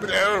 Para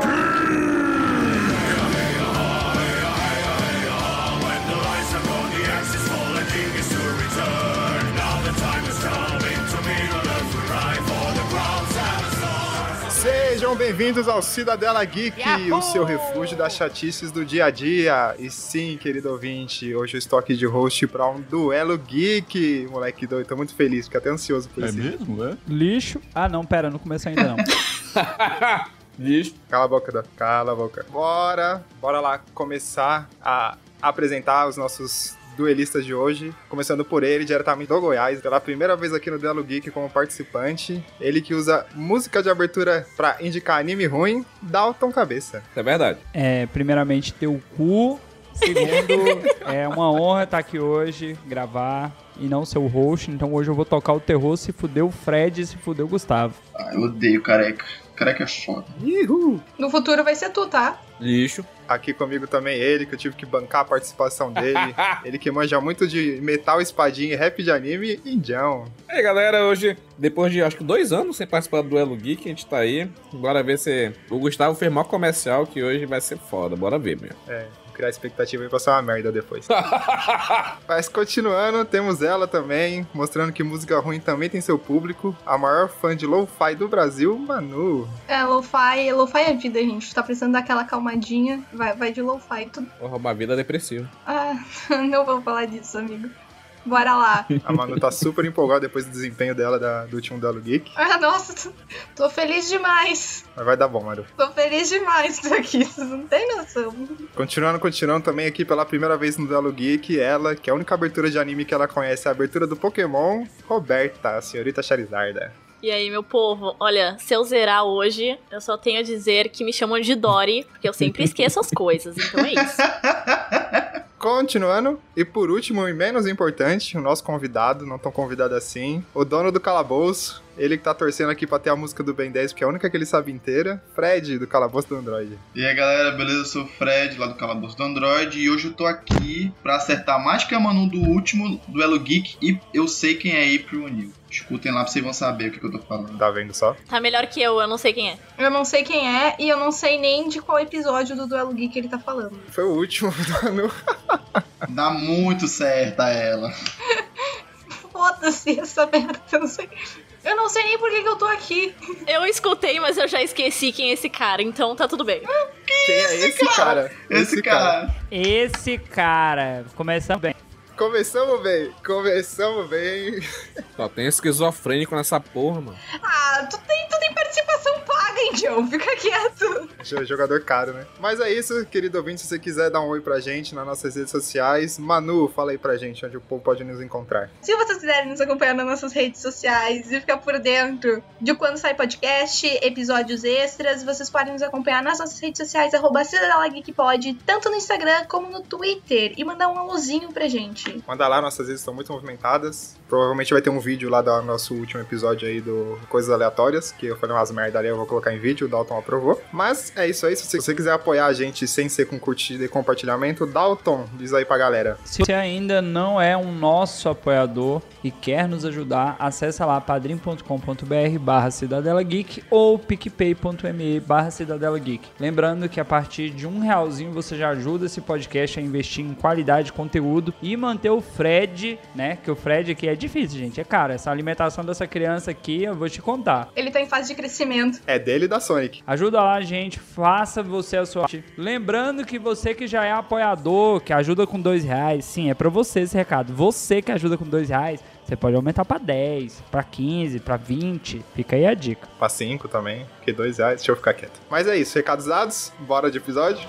Sejam bem-vindos ao Cidadela Geek, Yahoo! o seu refúgio das chatices do dia a dia. E sim, querido ouvinte, hoje eu estou aqui de host para um duelo geek. Moleque doido, tô muito feliz, fiquei até ansioso por isso. mesmo, é? Lixo. Ah, não, pera, não começa ainda não. Lixo. Cala a boca, Dan. cala a boca. Bora, bora lá começar a apresentar os nossos duelistas de hoje, começando por ele, diretamente do Goiás, pela primeira vez aqui no Duelo Geek como participante, ele que usa música de abertura pra indicar anime ruim, Dalton Cabeça. É verdade. É, primeiramente, teu cu. Segundo, é uma honra estar aqui hoje, gravar e não ser o host. Então hoje eu vou tocar o terror se fudeu o Fred, se fudeu o Gustavo. Ah, eu odeio careca. Careca é foda. No futuro vai ser tu, tá? Lixo. Aqui comigo também ele, que eu tive que bancar a participação dele, ele que manja muito de metal, espadinha, rap de anime e indião. E aí, galera, hoje, depois de acho que dois anos sem participar do Duelo Geek, a gente tá aí. Bora ver se o Gustavo fez mal comercial, que hoje vai ser foda. Bora ver, meu. É, vou criar expectativa e passar uma merda depois. Mas continuando, temos ela também, mostrando que música ruim também tem seu público. A maior fã de lo-fi do Brasil, Manu. É, lo-fi, lo-fi é vida, gente. Tá precisando daquela calmadinha. Vai, vai de lo-fi. Tu- Vou roubar a vida depressiva. Ah, não vou falar disso, amigo. Bora lá. A Manu tá super empolgada depois do desempenho dela da- do último Dalo Geek. Ah, nossa, tô- tô feliz demais. Mas vai dar bom, Manu. Tô feliz demais por aqui. Vocês não têm noção. Continuando, continuando também aqui pela primeira vez no Dalo Geek, ela, que é a única abertura de anime que ela conhece é a abertura do Pokémon, Roberta, a senhorita Charizarda. E aí, meu povo, olha, se eu zerar hoje, eu só tenho a dizer que me chamam de Dory, porque eu sempre esqueço as coisas, então é isso. Continuando, e por último e menos importante, o nosso convidado, não tão convidado assim, o dono do calabouço, ele que tá torcendo aqui pra ter a música do Ben 10, porque é a única que ele sabe inteira, Fred, do Calabouço do Android. E aí galera, beleza? Eu sou o Fred, lá do Calabouço do Android, e hoje eu tô aqui pra acertar mais que a Manu do último Duelo Geek e eu sei quem é April O'Neil. Escutem lá pra vocês vão saber o que, que eu tô falando. Tá vendo só? Tá melhor que eu, eu não sei quem é. Eu não sei quem é e eu não sei nem de qual episódio do Duelo Geek ele tá falando. Foi o último do ano. Dá muito certo a ela. Foda-se essa merda. Eu não sei, eu não sei nem por que, que eu tô aqui. Eu escutei, mas eu já esqueci quem é esse cara, então tá tudo bem. Quem é esse cara? Esse, cara. Esse cara. Começamos bem. Começamos bem, começamos bem. Só tem esquizofrênico nessa porra, mano. Ah, tu tem, tu tem participação paga, então. Fica quieto. Jo- Jogador caro, né? Mas é isso, querido ouvinte, se você quiser dar um oi pra gente nas nossas redes sociais, Manu, fala aí pra gente onde o povo pode nos encontrar. Se vocês quiserem nos acompanhar nas nossas redes sociais e ficar por dentro de quando sai podcast, episódios extras, vocês podem nos acompanhar nas nossas redes sociais, arroba Cidadela Geek Pod, tanto no Instagram como no Twitter, e mandar um alôzinho pra gente. Manda lá, nossas redes estão muito movimentadas. Provavelmente vai ter um vídeo lá do nosso último episódio aí do Coisas Aleatórias, que eu falei umas merda ali, eu vou colocar em vídeo, o Dalton aprovou. Mas é isso aí, se você quiser apoiar a gente sem ser com curtida e compartilhamento, Dalton, diz aí pra galera. Se você ainda não é um nosso apoiador e quer nos ajudar, acessa lá padrim.com.br barra Cidadela Geek ou picpay.me barra Cidadela Geek. Lembrando que a partir de um realzinho você já ajuda esse podcast a investir em qualidade, conteúdo e manter o Fred, né? Que o Fred aqui é difícil, gente. É caro. Essa alimentação dessa criança aqui, eu vou te contar. Ele tá em fase de crescimento. É dele e da Sonic. Ajuda lá, gente. Faça você a sua parte. Lembrando que você que já é apoiador, que ajuda com dois reais, sim, é pra você esse recado. Você que ajuda com dois reais, você pode aumentar pra 10, pra 15, pra 20. Fica aí a dica. Pra 5 também, que dois reais, deixa eu ficar quieto. Mas é isso, recados dados, bora de episódio.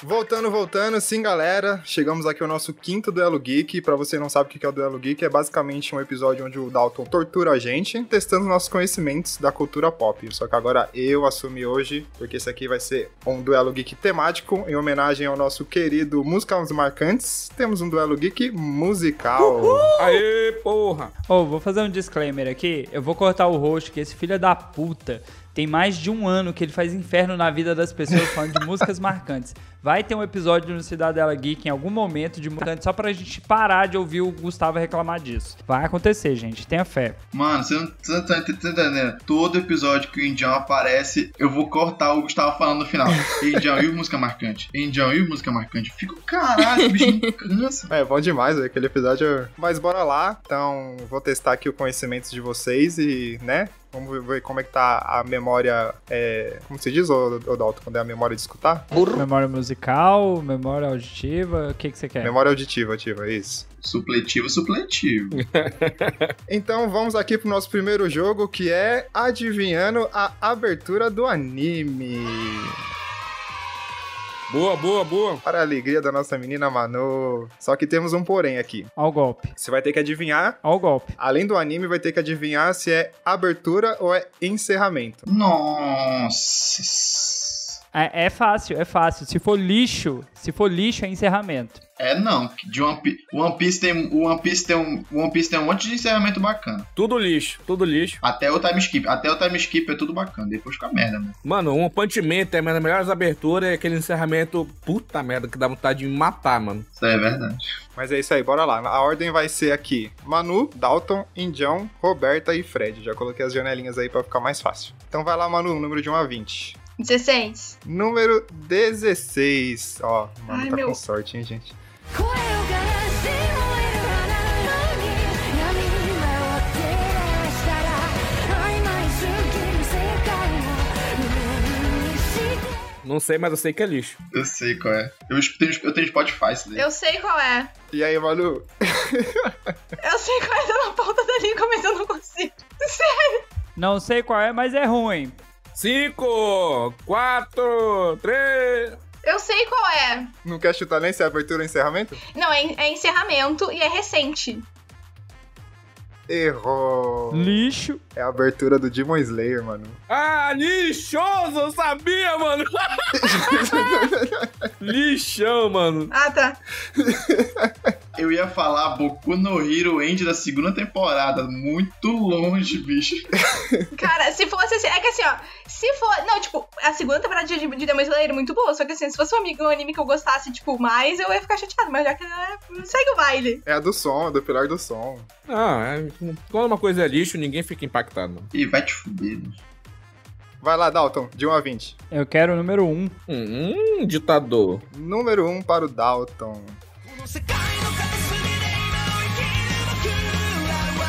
Voltando, voltando, sim, galera. Chegamos aqui ao nosso quinto Duelo Geek. Pra você que não sabe o que é o Duelo Geek, é basicamente um episódio onde o Dalton tortura a gente, testando nossos conhecimentos da cultura pop. Só que agora eu assumi hoje, porque esse aqui vai ser um Duelo Geek temático, em homenagem ao nosso querido Música dos Marcantes. Temos um Duelo Geek musical. Aê, porra! Ô, vou fazer um disclaimer aqui. Eu vou cortar o rosto, que esse filho da puta tem mais de um ano que ele faz inferno na vida das pessoas falando de músicas marcantes. Vai ter um episódio no Cidadela Geek em algum momento de marcante só pra gente parar de ouvir o Gustavo reclamar disso. Vai acontecer, gente. Tenha fé. Mano, você não você não tá ent- tá entendendo. Todo episódio que o Indião aparece, eu vou cortar o que estava falando no final. Indião, e o música marcante? Indião, e o música marcante? Fico, caralho, o bicho não cansa. É, bom demais velho, aquele episódio. Mas bora lá. Então, vou testar aqui o conhecimento de vocês e, né? Vamos ver- ver como é que tá a memória. é, como se diz, ô, ô Dalton, quando é a memória de escutar? Memória musical, memória auditiva, o que, que você quer? Memória auditiva, ativa, isso. Supletivo, supletivo. Então vamos aqui pro nosso primeiro jogo, que é adivinhando a abertura do anime. Boa, boa, boa. Para a alegria da nossa menina Manu. Só que temos um porém aqui. Ao golpe. Você vai ter que adivinhar. Ao golpe. Além do anime, vai ter que adivinhar se é abertura ou é encerramento. Nossa. É, é fácil, é fácil. Se for lixo, se for lixo é encerramento. É não, que de One Piece, One Piece tem, o One Piece tem um, o One Piece tem um monte de encerramento bacana. Tudo lixo, tudo lixo. Até o time skip, até o time skip é tudo bacana, depois fica merda, mano. Mano, um Punch Man tem uma das melhores aberturas é aquele encerramento puta merda que dá vontade de me matar, mano. Isso aí é verdade. Mas é isso aí, bora lá. A ordem vai ser aqui: Manu, Dalton, Indião, Roberta e Fred. Já coloquei as janelinhas aí pra ficar mais fácil. Então vai lá, Manu, número de 1 a 20. 16. Número 16. Ó, Manu Ai, tá meu- com sorte, hein, gente. 声を枯らして燃える花のように涙を照らしたら曖昧すぎる世界を夢にして Não sei, mas eu sei que é lixo. Eu sei qual é. Eu es- tenho, eu tenho Spotify, isso daí. Eu sei qual é. E aí, Manu? Eu sei qual é tá na ponta da língua, mas eu não consigo. Sério. Não sei qual é, mas é ruim. Cinco, quatro, três. Eu sei qual é. Não quer chutar nem se é abertura ou encerramento? Não, é, é encerramento e é recente. Errou! Hum. Lixo. É a abertura do Demon Slayer, mano. Ah, lixoso, eu sabia, mano. Lixão, mano. Ah, tá. Eu ia falar Boku no Hero End da segunda temporada. Muito longe, bicho. Cara, se fosse assim. É que assim, ó. Se for. Não, tipo, a segunda temporada de, de Demon Slayer é muito boa. Só que assim, se fosse um amigo um anime que eu gostasse, tipo, mais, eu ia ficar chateada. Mas já que é, segue o baile. É a do som, é do pilar do som. Não, é, quando uma coisa é lixo, ninguém fica impactado, mano. Ih, vai te fuder, bicho. Vai lá, Dalton, de 1 a 20. Eu quero o número 1. Hum, hum, ditador. Número 1 para o Dalton. この世界の片隅で今生きる僕らは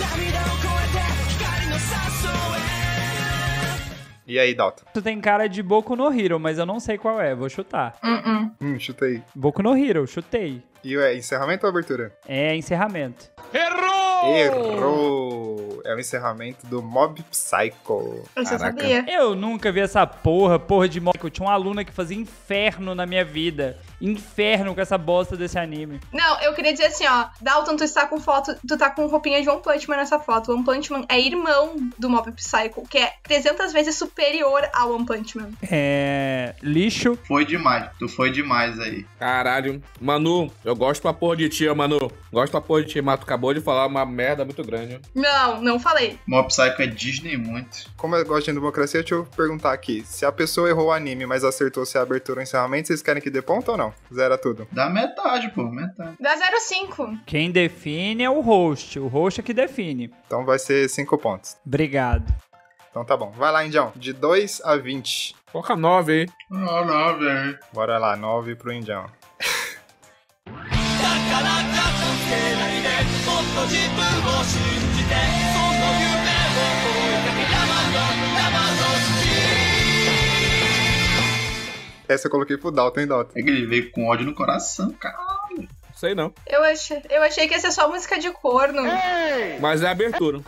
涙を超えて光の誘い E aí, Dalton? Tu tem cara de Boku no Hero, mas eu não sei qual é. Vou chutar. Uh Hum, chuta aí. Boku no Hero, chutei. E é encerramento ou abertura? É encerramento. Errou! É o encerramento do Mob Psycho. Eu só Caraca. sabia. Eu nunca vi essa porra, porra de moco. Eu tinha uma aluna que fazia inferno na minha vida. Inferno com essa bosta desse anime. Não, eu queria dizer assim, ó, Dalton, tu está com foto, tu tá com roupinha de One Punch Man nessa foto. One Punch Man é irmão do Mob Psycho, que é 300 vezes superior ao One Punch Man. É. Lixo. Foi demais, tu foi demais aí. Caralho. Manu, eu gosto pra porra de ti, ó, Manu. Gosto pra porra de ti, mas tu acabou de falar uma merda muito grande, ó. Não, não falei. Mob Psycho é Disney muito. Como eu gosto de democracia, deixa eu perguntar aqui. Se a pessoa errou o anime, mas acertou se é abertura ou encerramento, vocês querem que dê ponto ou não? Zera tudo. Dá metade, pô, metade. Dá 05. Quem define é o host. O host é que define. Então vai ser 5 pontos. Obrigado. Então tá bom. Vai lá, Indião. De 2 a 20. Coloca nove aí. Não, não, velho. Bora lá, 9 pro Indião. 10 eu coloquei pro Dalton, hein, Dalton? É que ele veio com ódio no coração, cara. Sei não. Eu achei, eu achei que ia ser só música de corno. Mas é abertura.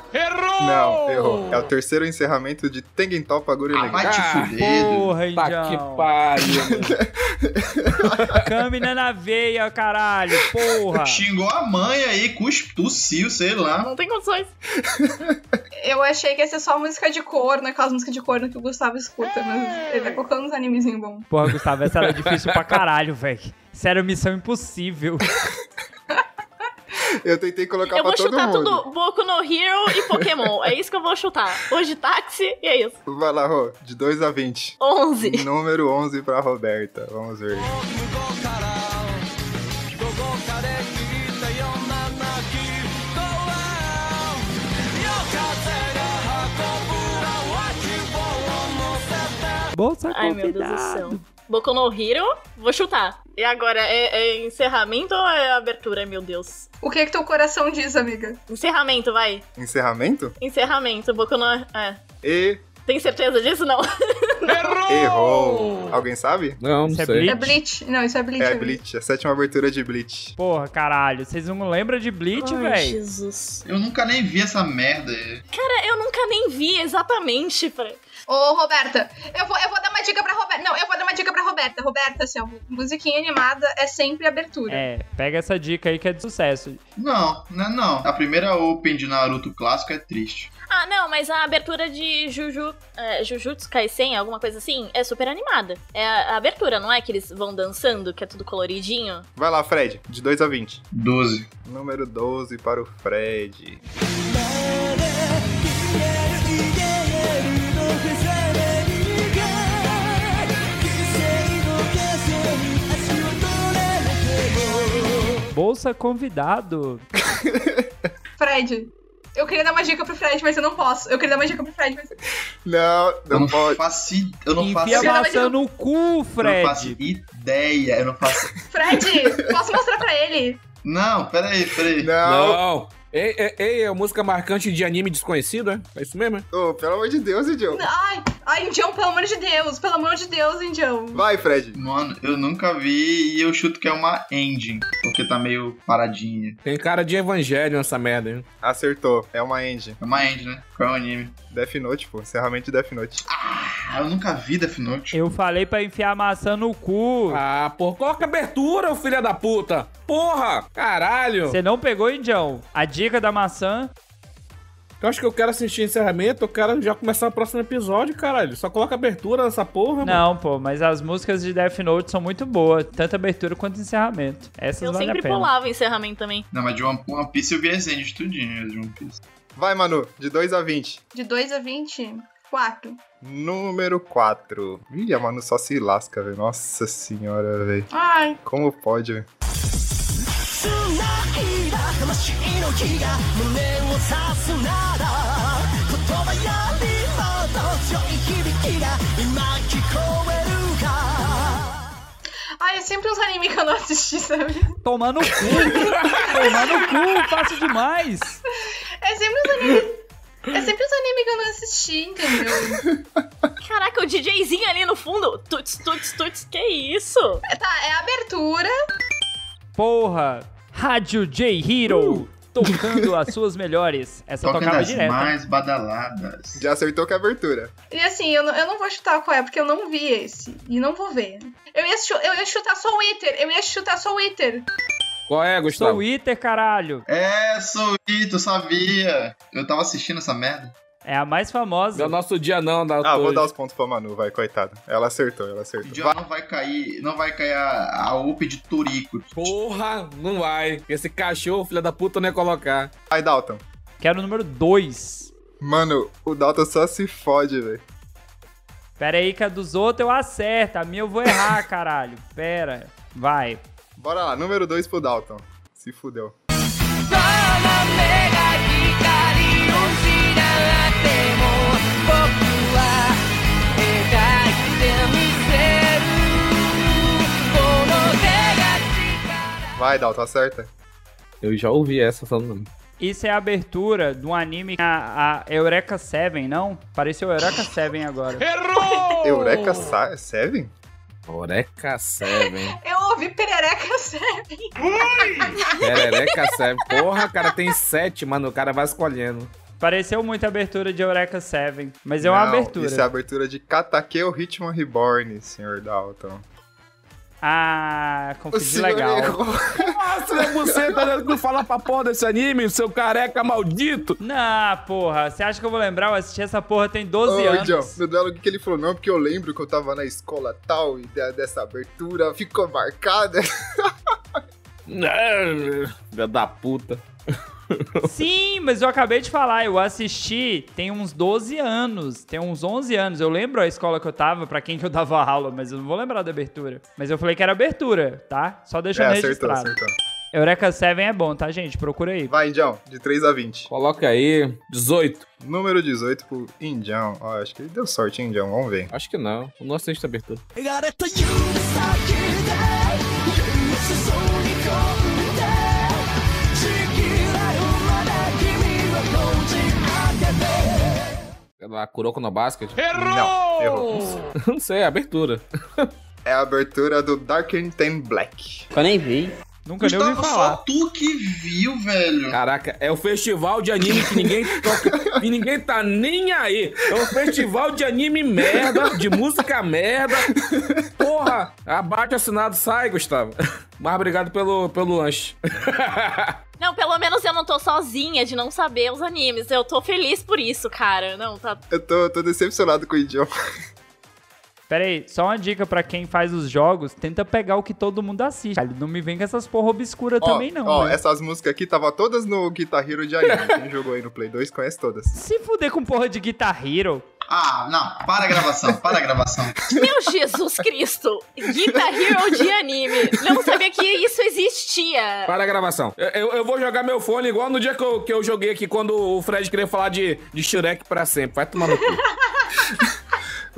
Não, errou. É o terceiro encerramento de Tengen Topa Guri Ah, Legal. vai te Ah, fuder, doido. tipo, Porra, Tá Indião. que pariu, mano. Câmina na veia, caralho, porra. Xingou a mãe aí, cusp- tossiu, sei lá. Não tem condições. Eu achei que ia ser só música de corno, aquelas músicas de corno que o Gustavo É. escuta, mas ele tá colocando uns animezinhos bons. Porra, Gustavo, essa era difícil pra caralho, velho. Sério, missão impossível. Eu tentei colocar eu pra vou todo chutar mundo. tudo Boku no Hero e Pokémon. é isso que eu vou chutar. Hoje táxi e é isso. Vai lá, Rô, de 2 a 20. 11. Número 11 pra Roberta. Vamos ver. Bolsa Ai, meu Deus do céu. Boku no Hero, vou chutar. E agora, é, é encerramento ou é abertura? Meu Deus. O que que teu coração diz, amiga? Encerramento, vai. Encerramento? Encerramento, Boku no... É. E Tem certeza disso? Não. errou. Alguém sabe? Não, não Isso é sei. Bleach? É Bleach? Não, isso é Bleach. É amiga. Bleach, a sétima abertura de Bleach. Porra, caralho, vocês não lembram de Bleach, Ai, velho? Jesus. Eu nunca nem vi essa merda. aí. Cara, eu nunca nem vi exatamente. pra- Ô, Roberta, eu vou, eu vou dar uma dica pra Roberta. Não, eu vou dar uma dica pra Roberta. Roberta, assim, ó, musiquinha animada é sempre abertura. É, pega essa dica aí que é de sucesso. Não, não, é não. A primeira open de Naruto clássico é triste. Ah, não, mas a abertura de Juju, é, Jujutsu Kaisen, alguma coisa assim, é super animada. É a a abertura, não é que eles vão dançando, que é tudo coloridinho? Vai lá, Fred, de 2 a 20. 12. Número 12 para o Fred. Bolsa convidado. Fred, eu queria dar uma dica pro Fred, mas eu não posso. Eu queria dar uma dica pro Fred, mas. Não, Eu não não pode. faço. i- Eu não faço. Enfia a Você não vai maçã dizer- no cu, Eu não faço Fred. ideia. Eu não faço. Fred, posso mostrar pra ele? Não, peraí, peraí. Não, Não. Ei, ei, ei, é música marcante de anime desconhecido, é? É isso mesmo, é? Ô, pelo amor de Deus, Idiom. Ai, ai, Indião, pelo amor de Deus, pelo amor de Deus, Indião. Vai, Fred. Mano, eu nunca vi e eu chuto que é uma ending. Porque tá meio paradinha. Tem cara de evangelho essa merda, hein? Acertou. É uma end. É uma end, né? Qual é o anime? Death Note, pô. Encerramento de Death Note. Ah, eu nunca vi Death Note. Eu falei pra enfiar a maçã no cu. Ah, porra, coloca abertura, ô filha da puta! Porra! Caralho! Você não pegou, Indião? A dica da maçã? Eu acho que eu quero assistir encerramento, eu quero já começar o próximo episódio, caralho. Só coloca abertura nessa porra, mano. Não, pô, mas as músicas de Death Note são muito boas, tanto abertura quanto encerramento. Essas Eu valem sempre a pena. pulava encerramento também. Não, mas de One One Piece eu vi as end de tudinho de One Piece. Vai, Manu, de 2 a 20. De 2 a 20, 4. Número 4. Ih, a Manu só se lasca, velho. Nossa senhora, velho. Ai, Como pode, velho? 繋いだ魂の木が胸を刺すなら言葉よりもっと強い響きが今聞こえるか ai, é sempre uns anime que eu não assisti, sabe? Tomar no cu. Tomar no cu, fácil demais. É sempre uns anime. É sempre uns anime que eu não assisti, entendeu? Caraca, o DJzinho ali no fundo. Tuts, tuts, tuts, que isso? É, tá, é a abertura. Porra! Rádio J Hero! Tocando as suas melhores. Essa Toca tocava das direto. né? mais badaladas. Já acertou com a abertura. E assim, eu não, eu não vou chutar qual é, porque eu não vi esse. E não vou ver. Eu ia, chu- eu ia chutar só o Iter. Eu ia chutar só o Iter. Qual é, Sou Gustavo? o Iter, caralho. É, sou eu, tu sabia? Eu tava assistindo essa merda. É a mais Não é famosa. nosso dia não, da Ah, vou dar os pontos pra Manu, vai, coitada. Ela acertou, ela O acertou. John não vai cair, não vai cair a, a UP de Turico. Porra, não vai. Esse cachorro, filha da puta, não ia colocar. Vai, Dalton. Quero o é número 2. Mano, o Dalton só se fode, velho. Pera aí que a dos outros eu acerto. A minha eu vou errar, caralho. Pera. Vai. Bora lá, número 2 pro Dalton. Se fudeu. どの目が光を失っても僕は描いてみせるこの手が力 Vai, Dalton, acerta. Eu já ouvi essa, só não. Isso é a abertura de um anime, a, a Eureka 7, não? Pareceu Eureka 7 agora. Eureka Sa Seven? Oreca 7. Eu ouvi perereca sério. Perereca 7. Porra, cara, tem 7, mano. O cara vai escolhendo. Pareceu muito a abertura de Eureka 7, mas é uma Não, abertura. Isso é a abertura de Katakeu Hitman Reborn, senhor Dalton. Ah, confundi legal. Nossa, você tá dizendo que não fala pra porra desse anime, seu careca maldito. Não, porra, você acha que eu vou lembrar? Eu assisti essa porra tem 12 Ô, anos. John, no duelo que ele falou, não, porque eu lembro que eu tava na escola tal e de- dessa abertura ficou marcada. É, Filha da puta. Sim, mas eu acabei de falar, eu assisti tem uns 12 anos, tem uns 11 anos. Eu lembro a escola que eu tava, pra quem que eu dava aula, mas eu não vou lembrar da abertura. Mas eu falei que era abertura, tá? Só É, deixando acertou, registrado. acertou. Eureka 7 é bom, tá, gente? Procura aí. Vai, Indião, de 3 a 20. Coloca aí 18. Número 18 pro Indião. Ó, acho que ele deu sorte, hein, Indião. Vamos ver. Acho que não. Eu não assisto a abertura. 「がれた指先で許すそうに込んで」「ちぎらうまで君はこじ開けて」 Ela curou no basket. Não, errou. não sei, é a abertura. É a abertura do Dark Ten Black. Nunca nem ouvi Gustavo, só falar. tu que viu, velho. Caraca, é o festival de anime que ninguém toca, que ninguém tá nem aí. É um festival de anime merda, de música merda. Porra, abate assinado, sai, Gustavo. Mas obrigado pelo, pelo lanche. Não, pelo menos eu não tô sozinha de não saber os animes. Eu tô feliz por isso, cara. Não, tá. Eu tô, tô decepcionado com o Indião. Pera aí, só uma dica pra quem faz os jogos, tenta pegar o que todo mundo assiste. Cara, não me vem com essas porra obscura Ó, também não. Ó, né? essas músicas aqui estavam todas no Guitar Hero de anime. Quem jogou aí no Play 2 conhece todas. Se fuder com porra de Guitar Hero. Ah, não, para a gravação, para a gravação. Meu Jesus Cristo! Guitar Hero de anime. Não sabia que isso existia. Para a gravação. Eu, eu- eu vou jogar meu fone igual no dia que eu, que eu joguei aqui, quando o Fred queria falar de, de Shrek pra sempre. Vai tomar no cu.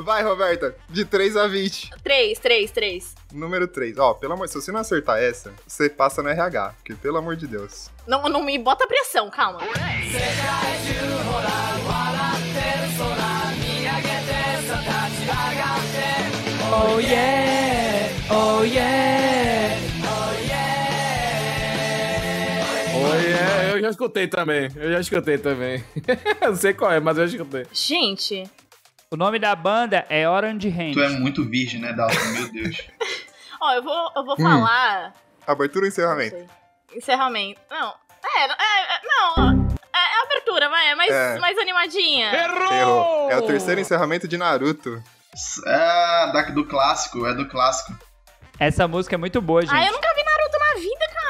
Vai, Roberta, de 3 a 20. Três, três, três. Número 3. Ó, pelo amor, se você não acertar essa, você passa no RH, porque pelo amor de Deus. Não, não me bota pressão, calma. Oh yeah, oh yeah. Oi, é, eu já escutei também. Eu já escutei também. eu não sei qual é, mas eu já escutei. Gente, O nome da banda é Orange Hand. Tu é muito virgem, né, Dalton? Meu Deus. ó, eu vou, eu vou falar. Abertura ou encerramento? Não sei. Encerramento. Não. É, é, é, não. É, é abertura, vai. É mais, É. mais animadinha. Oh! Errou. É o terceiro encerramento de Naruto. É da, do clássico, é do clássico. Essa música é muito boa, gente. Ah, eu nunca vi Naruto na vida, cara.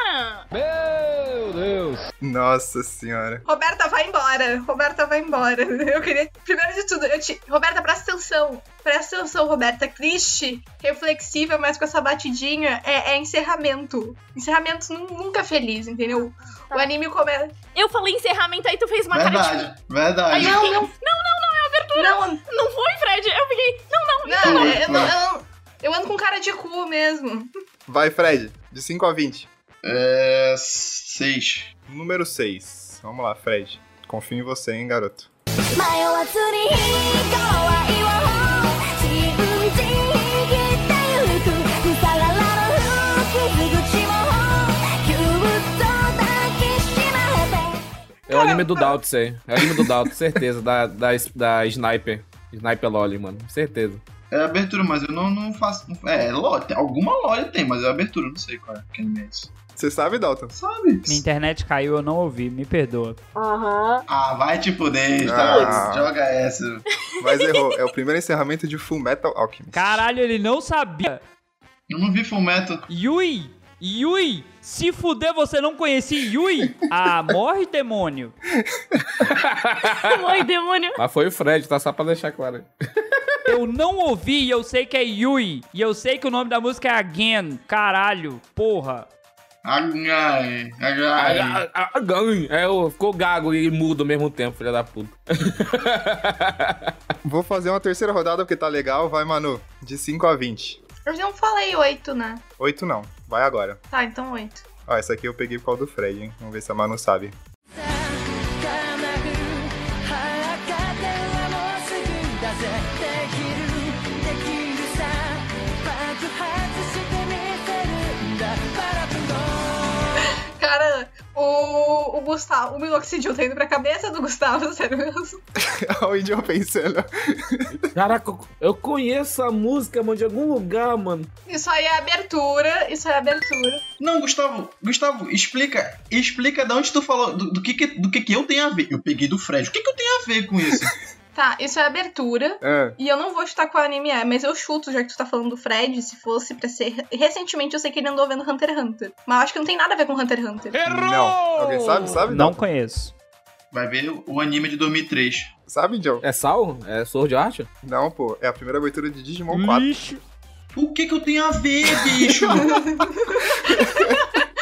Nossa senhora. Roberta, vai embora. Roberta, vai embora. Eu queria. Primeiro de tudo, eu te. Roberta, presta atenção. Presta atenção, Roberta. Triste, reflexiva, mas com essa batidinha é, é encerramento. Encerramento nu- nunca feliz, entendeu? O anime começa. Eu falei encerramento, aí tu fez uma cara de. Verdade, Aí verdade. eu Não, fiquei, não. não, não, não, é abertura. Não, Não foi, Fred. Eu fiquei, não, não, então. não, é, eu, Foi, não, eu foi. não- eu ando com cara de cu mesmo. Vai, Fred, de 5 a 20. É. Seis. Número 6. Vamos lá, Fred. Confio em você, hein, garoto. 迷わずに引こう愛を自分で握ってゆくさららの傷口もぎゅっと抱きしめて É o anime do Doubt, isso aí. É o anime do Doubt, certeza. Da, da, da Sniper. Sniper Lolly, mano. Certeza. É abertura, mas eu não, não faço. não- é, lore, tem- alguma lore tem, mas é abertura, não sei qual é. Que anime é isso. Você sabe, Dalton? Sabe? Minha internet caiu, eu não ouvi, me perdoa. Ah, vai te poder, tá? Ah. Joga essa. Mas errou. É o primeiro encerramento de Full Metal Alchemist. Caralho, ele não sabia. Eu não vi Fullmetal. Yui, Yui, se fuder você não conhecia Yui? Ah, morre demônio. Oi, demônio. Mas foi o Fred, tá? Só pra deixar claro. aí. Eu não ouvi e eu sei que é Yui. E eu sei que o nome da música é Again. Caralho, porra. Agai, agai. Ah, ah, ganho. É, o- ficou gago e mudo ao mesmo tempo, filha da puta. Vou fazer uma terceira rodada porque tá legal. Vai, Manu. De 5 a 20. Eu não falei oito, né? 8 não. Vai agora. Tá, então oito. Ó, essa aqui eu peguei por causa do Fred, hein? Vamos ver se a Manu sabe.「叶う腹がてはもうすぐだぜ」「できるできるさ」「爆発してみせるんだ」「パラパラ」 Cara, o, o o Gustavo, o minoxidil tá indo pra cabeça do Gustavo, sério mesmo. o índio pensando. Caraca, eu conheço a música, mano, de algum lugar, mano. Isso aí é abertura, isso aí é abertura. Não, Gustavo, Gustavo, explica, explica de onde tu falou, do, do que, que- do que que eu tenho a ver. Eu peguei do Fred, o que que eu tenho a ver com isso? Tá, isso é abertura. Ah, E eu não vou chutar qual anime é, mas eu chuto, já que tu tá falando do Fred, se fosse pra ser. Recentemente eu sei que ele andou vendo Hunter x Hunter. Mas eu acho que não tem nada a ver com Hunter x Hunter. não. Alguém sabe? Sabe? Não conheço. Vai ver o anime de 2003. Sabe, John? É Sal? É Sword Art? Não, pô. É a primeira abertura de Digimon 4. Lixo. O que que eu tenho a ver, bicho?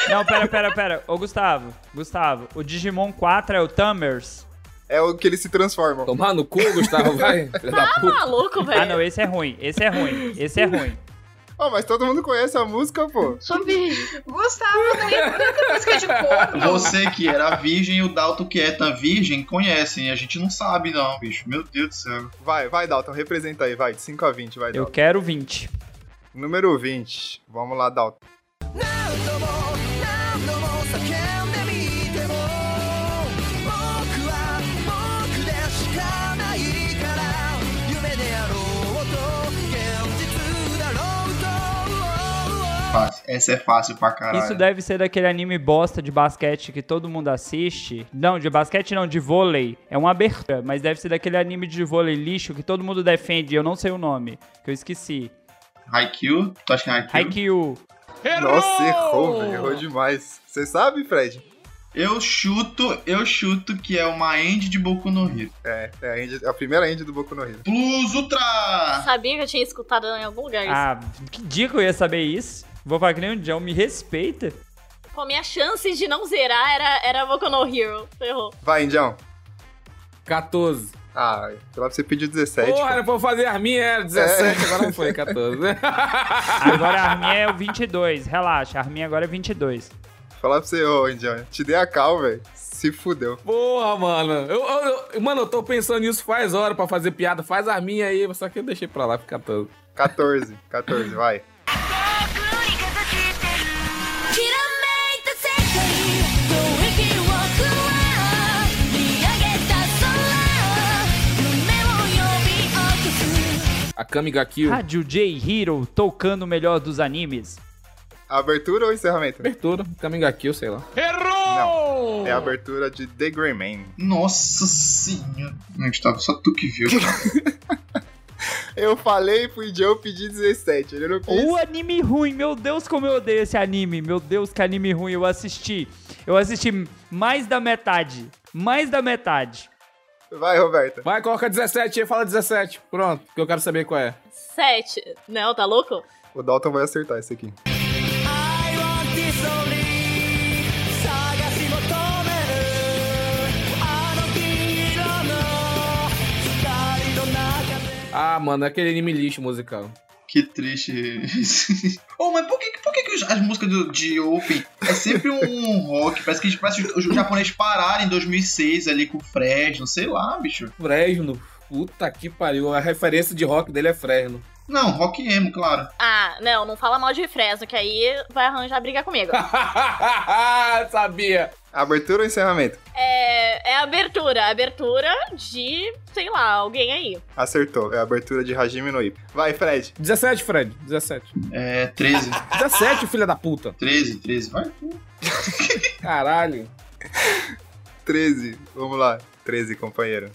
Não, pera, pera, pera. Ô, Gustavo, Gustavo, o Digimon 4 é o Tamers? É o que eles se transformam. Tomar no cu, Gustavo, vai. Filha da puta. Maluco, Tá velho. Ah, não, esse é ruim, esse é ruim, esse é ruim. Ah, mas todo mundo conhece a música, pô. Gustavo, não é nunca música de corno. Você que era virgem e o Dalton que é tão virgem conhecem. A gente não sabe, não, bicho. Meu Deus do céu. Vai, vai, Dalton. Representa aí, vai. De 5 a 20, vai, Eu Dalton. quero 20. Número 20. Vamos lá, Dalton. 何度も何度も叫んでみても僕は僕でしかないから夢であろうと現実だろうと Fácil. Essa é fácil pra caralho. Isso deve ser daquele anime bosta de basquete que todo mundo assiste. Não, de basquete não, de vôlei. É uma abertura, mas deve ser daquele anime de vôlei lixo que todo mundo defende, eu não sei o nome, que eu esqueci. Haikyuu? Tu acha que é Haikyuu? Haikyuu. Nossa, errou, velho. Errou demais. Você sabe, Fred? Eu chuto, eu chuto que é uma end de Boku no Hero. É, é a, indie- a primeira indie do Boku no Hero. Plus Ultra! Sabia que eu tinha escutado em algum lugar isso. Ah, que dia que eu ia saber isso? Vou falar que nem o John, me respeita. Pô, minha chance de não zerar era, era Boku no Hero. Ferrou. Vai, Indião. 14. Ah, pelo menos você pediu 17. Porra, pô. era pra eu fazer as minhas, era 17, agora não foi, 14. Agora a Armin é o 22, relaxa, a Armin agora é 22. Falar pra você, ô, Indião. Te dei a cal, velho. Se fudeu. Porra, mano. Eu, eu- eu- mano, eu tô pensando nisso faz hora pra fazer piada. Faz a minha aí, só que eu deixei pra lá, fica todo. 14, 14, vai. 僕にかざしてるきらめいた世界吐息を加え見上げた空夢を呼び起こす A Kamiga Kill. Rádio J Hero tocando o melhor dos animes. Abertura ou encerramento? Abertura, Kamiga Kill, sei lá. Não. É a abertura de The Grey Man. Nossa senhora. Não, Gustavo, só tu que viu. Eu falei pro Indião pedir 17. Ele não quis. O anime ruim, meu Deus, como eu odeio esse anime. Meu Deus, que anime ruim. Eu assisti. Eu assisti mais da metade. Mais da metade. Vai, Roberta. Vai, coloca 17 aí, fala 17. Pronto, que eu quero saber qual é. Sete. Não, tá louco? O Dalton vai acertar esse aqui. I want this only 探し求めるあの黄色の光の中で Ah, mano, é aquele anime lixo musical. Que triste. oh, mas por que, por que, que os- as músicas do, de Open é sempre um rock? Parece que parece que os os japoneses pararam em 2006 ali com o Fred, não sei lá, bicho. Fresno. Puta que pariu. A referência de rock dele é Fresno. Não, rock emo, claro. Ah, não, não fala mal de Fresno, que aí vai arranjar briga comigo. Sabia. Abertura ou encerramento? é, é abertura. Abertura de, sei lá, alguém aí. Acertou. É a abertura de Hajime no Ip. Vai, Fred. 17, Fred. 17. É, 13. 17, filha da puta. 13, 13, vai. Caralho. 13. Vamos lá. 13, companheiro.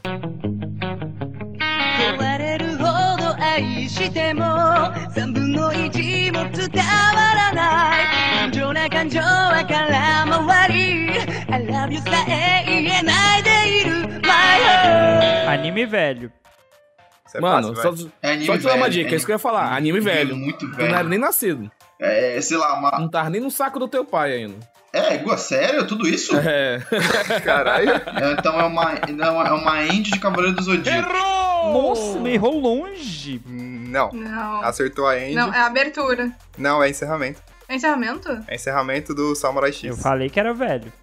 壊れるほど愛しても3分の1も伝わらない情な感情は空回り I love you さえ言えないでいる My heart Anime velho. Isso é Mano, fácil, só, vai. É anime só te dar uma velho, dica, é isso que eu ia falar. Anime velho. Muito Tu não era velho. nem nascido. É, sei lá, uma... Não tava nem no saco do teu pai ainda. É, igual, sério? Tudo isso? É. Caralho. É, então é uma, não, é uma end de Cavaleiro do Zodíaco. Nossa, me errou longe. Não. Não. Acertou a End. Não, Não, é abertura. é encerramento. É encerramento? É encerramento do Samurai X. Eu falei que era velho.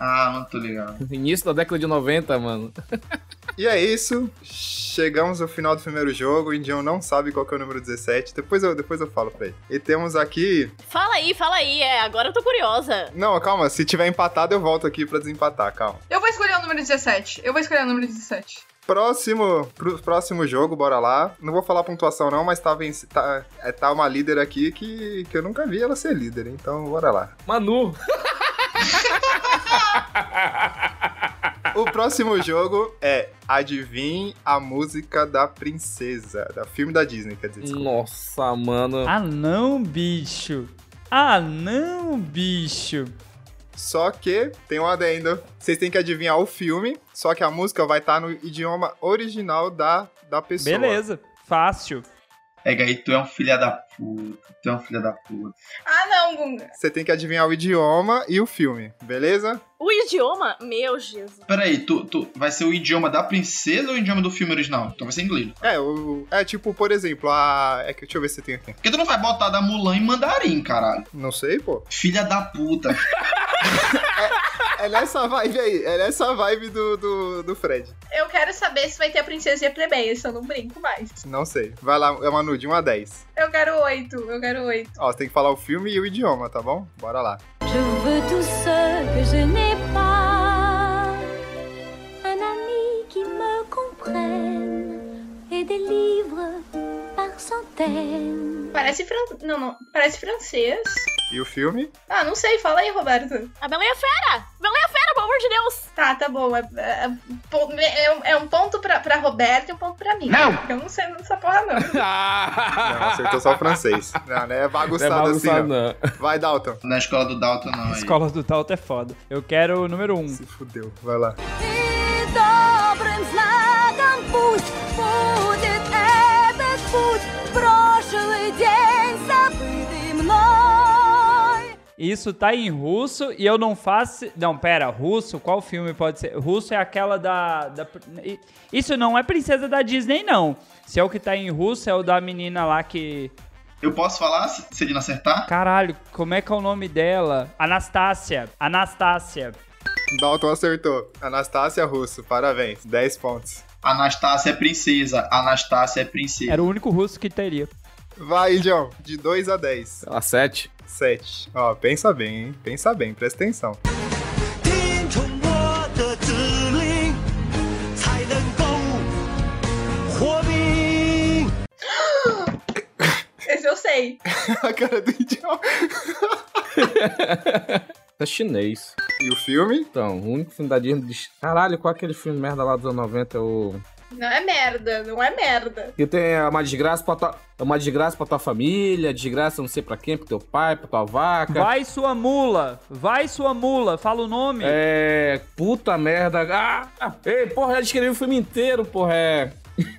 Ah, não tô ligado. Início da década de 90, mano. E é isso. Chegamos ao final do primeiro jogo. O Indião não sabe qual que é o número 17. Depois eu, depois eu falo pra ele. E temos aqui. Fala aí, fala aí. É, agora eu tô curiosa. Não, calma. Se tiver empatado, eu volto aqui pra desempatar. Calma. Eu vou escolher o número 17. Eu vou escolher o número 17. Próximo, pro, próximo jogo, bora lá. Não vou falar pontuação não, mas tá, venci- tá, é, tá uma líder aqui que, que eu nunca vi ela ser líder, então bora lá. Manu. O próximo jogo é Adivinhe a Música da Princesa, da filme da Disney, quer dizer. desculpa. Nossa, mano. Ah, não, bicho. Ah, não, bicho. Só que tem um adendo, vocês têm que adivinhar o filme, só que a música vai estar no idioma original da, da pessoa. Beleza. Fácil. É, Gaí, tu é um filha da puta. Tu é um filha da puta. Ah, não, Gunga. Você tem que adivinhar o idioma e o filme, beleza? O idioma? Meu Jesus. Peraí, tu, tu vai ser o idioma da princesa ou o idioma do filme original? Então vai ser inglês. É, o, é tipo, por exemplo, a... É que, deixa eu ver se tem aqui. Porque tu não vai botar da Mulan em mandarim, caralho. Não sei, pô. Filha da puta. É nessa vibe aí, é nessa vibe do, do, do Fred. Eu quero saber se vai ter a princesa e a plebeia, se eu não brinco mais. Não sei. Vai lá, é Manu, de 1 a 10. Eu quero oito, eu quero oito. Ó, você tem que falar o filme e o idioma, tá bom? Bora lá. Je veux tout ce que je n'ai pas. Un ami qui me comprenne et des livres par centaines. Parece fran... Não, não. Parece francês. E o filme? Ah, não sei. Fala aí, Roberto. A Bela e a Fera! Bela e a Fera, pelo amor de Deus! Tá, tá bom. É, é- pô- é um- é um ponto pra, pra Roberto e um ponto pra mim. Não! Eu não sei dessa porra, não. Não, acertou só o francês. Não, não é Não é bagunçado, bagunçado, assim, não. não. É Vai, Dalton. Na escola do Dalton, não. A aí. escola do Tauta é foda. Eu quero o número 1. Um. Se fudeu, vai lá. I dobrym znakiem pust будет этот путь. Прошлый день забытый мной. Isso tá em russo e eu não faço. Não, pera, russo? Qual filme pode ser? Russo é aquela da. da- Isso não é princesa da Disney, não. Se é o que tá em russo, é o da menina lá que. Eu posso falar se se ele não acertar? Caralho, como é que é o nome dela? Anastácia. Anastácia. Dalton acertou. Anastácia Russo, parabéns. 10 pontos. Anastácia é princesa. Anastácia é princesa. Era o único russo que teria. Vai, John. De 2 a 10. Sei lá, sete. 7. Ó, pensa bem, hein? Pensa bem, presta atenção. 听从我的指令，才能够活命。 Esse eu sei. a cara do idioma. É chinês. E o filme? Então, o único filme da Disney. de- Caralho, qual é aquele filme merda lá dos anos 90? É o. Não é merda, não é merda. Que tem uma desgraça pra tua. Uma desgraça pra tua família, desgraça não sei pra quem, pro teu pai, pra tua vaca. Vai sua mula! Vai sua mula! Fala o nome! É. Puta merda. Ah! Ei, porra, já descrevi o filme inteiro, porra. É.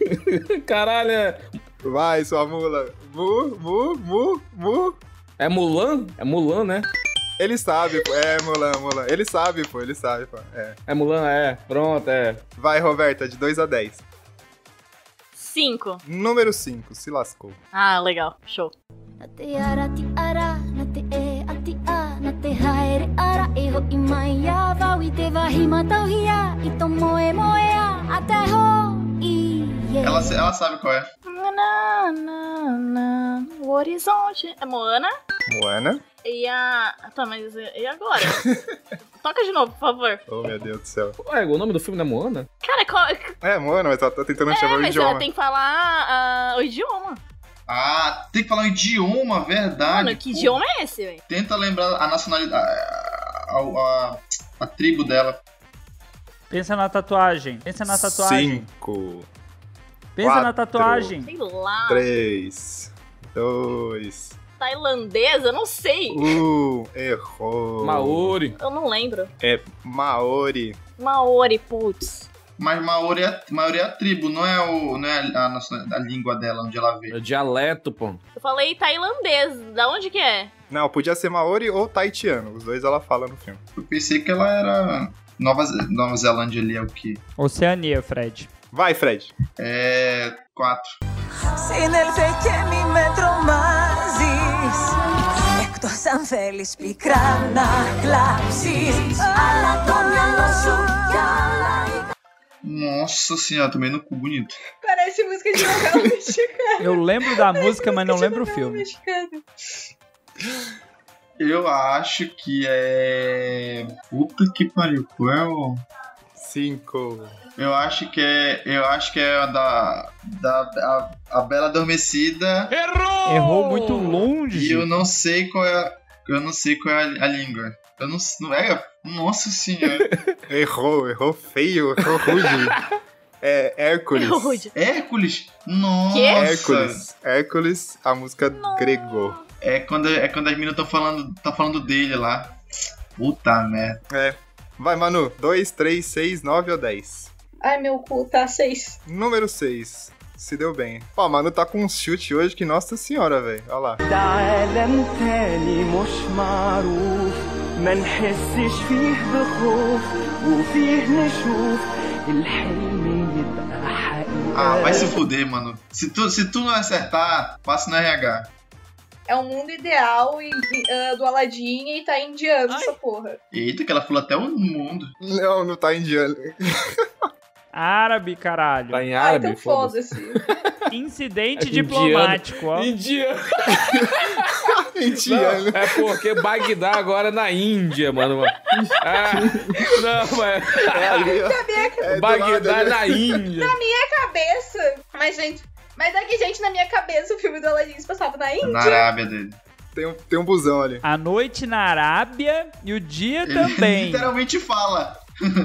Caralho, é. Vai, sua mula. Mu, mu, mu, mu. É Mulan? É Mulan, né? Ele sabe, pô. É, Mulan, Mulan. Ele sabe, pô. Ele sabe, pô. É. É Mulan, é. Pronto, é. Vai, Roberta, de 2 a 10. Cinco. Número 5, se lascou. Ah, legal. Show. Na te ara, ti ara, na te e, a ti a, na te haere ara, eho i mai a vau i te wahi matau hi a, i to moe moe a, a te ho i e. Ela, ela sabe qual é. Na, na, na, o horizonte. É Moana? Moana. E a. Tá, mas e agora? Toca de novo, por favor. Oh, meu Deus do céu. Ué, o nome do filme não é Moana? Cara, qual. É, Moana, mas ela tá tentando chamar é, o mas idioma. ela tem que falar ah, o idioma. Ah, tem que falar o idioma, Ah, verdade. Mano, que Pô, idioma é esse, velho? Tenta lembrar a nacionalidade. A, a- a- a tribo dela. Pensa na tatuagem. Pensa na tatuagem. 5, Pensa na quatro. tatuagem. Sei lá. 3, 2, Tailandesa? Eu não sei. 1. Uh, Errou. Maori. Eu não lembro. Maori. Maori, putz. Mas Maori é, Maori é a tribo, não é, o, não é a, nacionalidade- a língua dela onde ela É veio. dialeto, pô. Eu falei tailandês. Da onde que é? Não, podia ser Maori ou Taitiano. Os dois ela fala no filme. Eu pensei que ela era. Nova, Ze- Nova Zelândia ali é o quê? Oceania, Fred. Vai, Fred. É. Quatro. Sin el φεκέμι με τρομάζεις Εκτός αν θέλεις πικρά να κλάψεις Αλλά το μυαλό σου κι άλλα Nossa senhora, tomei no cu bonito. Parece música de novela mexicana. Eu lembro da Parece música, mas não de lembro o novela filme. mexicana. Eu acho que é. Puta que pariu, qual é o. Cinco. Eu acho que é. Eu acho que é a da. da a, a Bela Adormecida. Errou muito E longe. eu não sei qual é. a- Eu não sei qual é a, a língua. Eu não, não é. Nossa senhora. Errou, errou feio, errou rude. É Hércules. Eu, Rude. Hércules? Nossa. Hércules. Hércules, a música grego. É quando, é quando as meninas estão falando, tá falando dele lá. Puta merda. É. Vai, Manu. 2, 3, 6, 9 ou 10? Ai, meu cu, tá seis. Número 6. Se deu bem. Ó, Manu tá com um chute hoje que, nossa senhora, velho. Olha lá. ده لم تاني مش معروف ما نحسش فيه بخوف وفيه نشوف الحلم يبقى حقيقة Ah, É. vai se fuder, mano. Se tu, se tu não acertar, passa no RH. É um mundo ideal e, e, ah, do Aladdin e tá indiano essa porra. Eita, que ela falou até o mundo. Não, não tá indiano. Árabe, caralho. Tá em Ah, árabe? então foda-se. Incidente Indiano. diplomático, ó. É Indiano. indiano. Não, é porque Bagdá agora é na Índia, mano. Ah, não, mas É ali, ó. É do lado Bagdá é ali. na Índia. cabeça. Mas, gente. Mas é que, gente, na minha cabeça o filme do Aladdin se passava na Índia. Na Arábia dele. Tem um, tem um busão ali. A noite na Arábia e o dia Ele também. literalmente fala.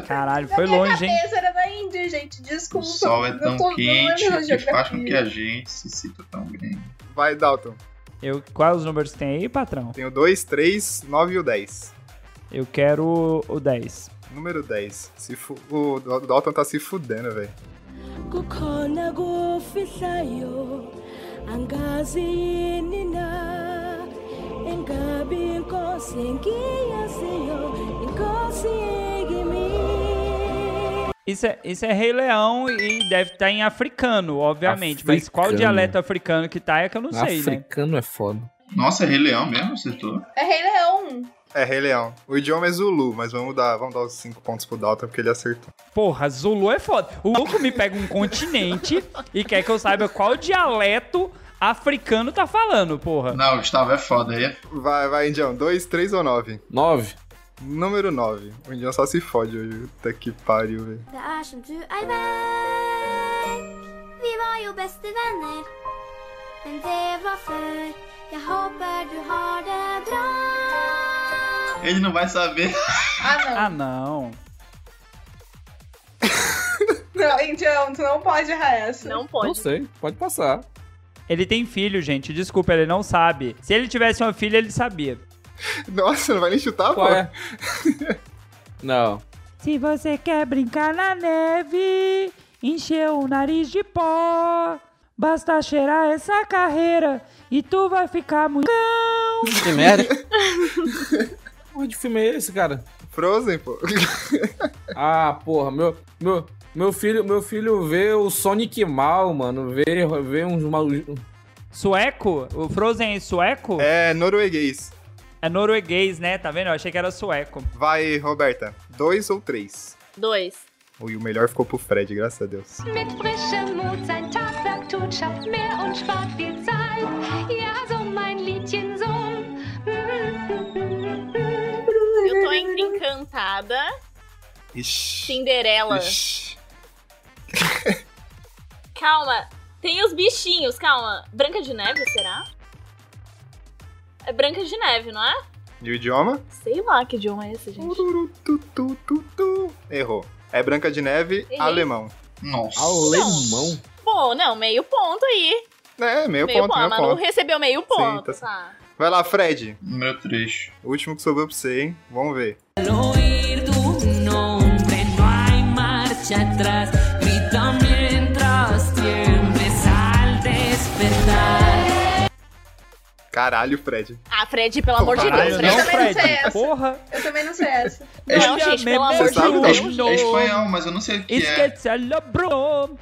Caralho, Na foi minha longe, hein? cabeça era na Índia, gente. O Desculpa. sol é não tão tô- não quente lembro da que faz com geografia. que a gente se sinta tão bem. Vai, Dalton. Eu, quais os números que tem aí, patrão? Tem o 2, 3, 9 e o 10. Eu quero o 10. Número 10. Se fu... O Dal- Dalton tá se fudendo, velho. kukhona kufihlayo angazi yini na engabi inkosi engiyaziyo inkosi kimi Isso é, isso é Rei Leão e deve estar em africano, obviamente. Mas qual Africano. dialeto africano que tá é que eu não sei, né? Africano é foda. Nossa, é Rei Leão mesmo, acertou? É Rei Leão. É, Rei Leão. O idioma é Zulu, mas vamos dar, vamos dar os 5 pontos pro Dalton, porque ele acertou. Porra, Zulu é foda. O louco me pega um continente e quer que eu saiba qual dialeto africano tá falando, porra. Não, Gustavo é foda aí. é- Vai, vai, Indião. 2, 3 ou 9? Nove. Número 9. O Indião só se fode hoje. Puta que pariu, velho. Det er som du er vekk. Vi var jo beste venner, men det var før. Jeg håper du har det bra. Ele não vai saber. Ah, não. Ah, não. Não, Indião, tu não pode errar essa. Não Não pode. sei, pode passar. Ele tem filho, gente. Desculpa, ele não sabe. Se ele tivesse uma filha, ele sabia. Nossa, não vai nem chutar, pô. Qual é? Não. Se você quer brincar na neve, encheu o nariz de pó. Basta cheirar essa carreira e tu vai ficar muito. Que merda. Porra de filme é esse, cara? Frozen, pô. Ah, porra, meu, meu, meu filho, meu filho vê o Sonic mal, mano, vê, vê uns mal, Sueco? O Frozen é sueco? É. É norueguês. norueguês, né? Tá vendo? Eu achei que era sueco. Vai, Roberta. 2 ou 3? Dois. Ui, o melhor ficou pro Fred, graças a Deus. Mit frischem Mut sein Tagwerk tut, schafft mehr und spart viel Zeit. Ja, so mein Liedchen, so. Eu tô entre Encantada, Ixi. Cinderela. Ixi. Calma, tem os bichinhos, calma. Branca de Neve, será? É Branca de Neve, não é? E o idioma? Sei lá que idioma é esse, gente. Tururu, tu, tu, tu, tu. Errou. É Branca de Neve, Errei. alemão. Nossa. alemão. Bom, não, meio ponto aí. É, meio, meio ponto, ponto. A meio Manu ponto. recebeu meio ponto, Sim, tá? Vai lá, Fred. Número 3. O último que sobrou pra você, hein? Vamos ver. Al oír tu nombre no hay marcha atrás, grita mientras tiembres al despertar. Caralho, Fred. Ah, Fred, pelo amor de Deus, né? Caralho, não, Fred. também não Fred. sei essa. Porra. Eu também não sei essa. Não, gente, pelo amor de Deus, É espanhol, mas eu não sei o que é. Esquece a Lebron.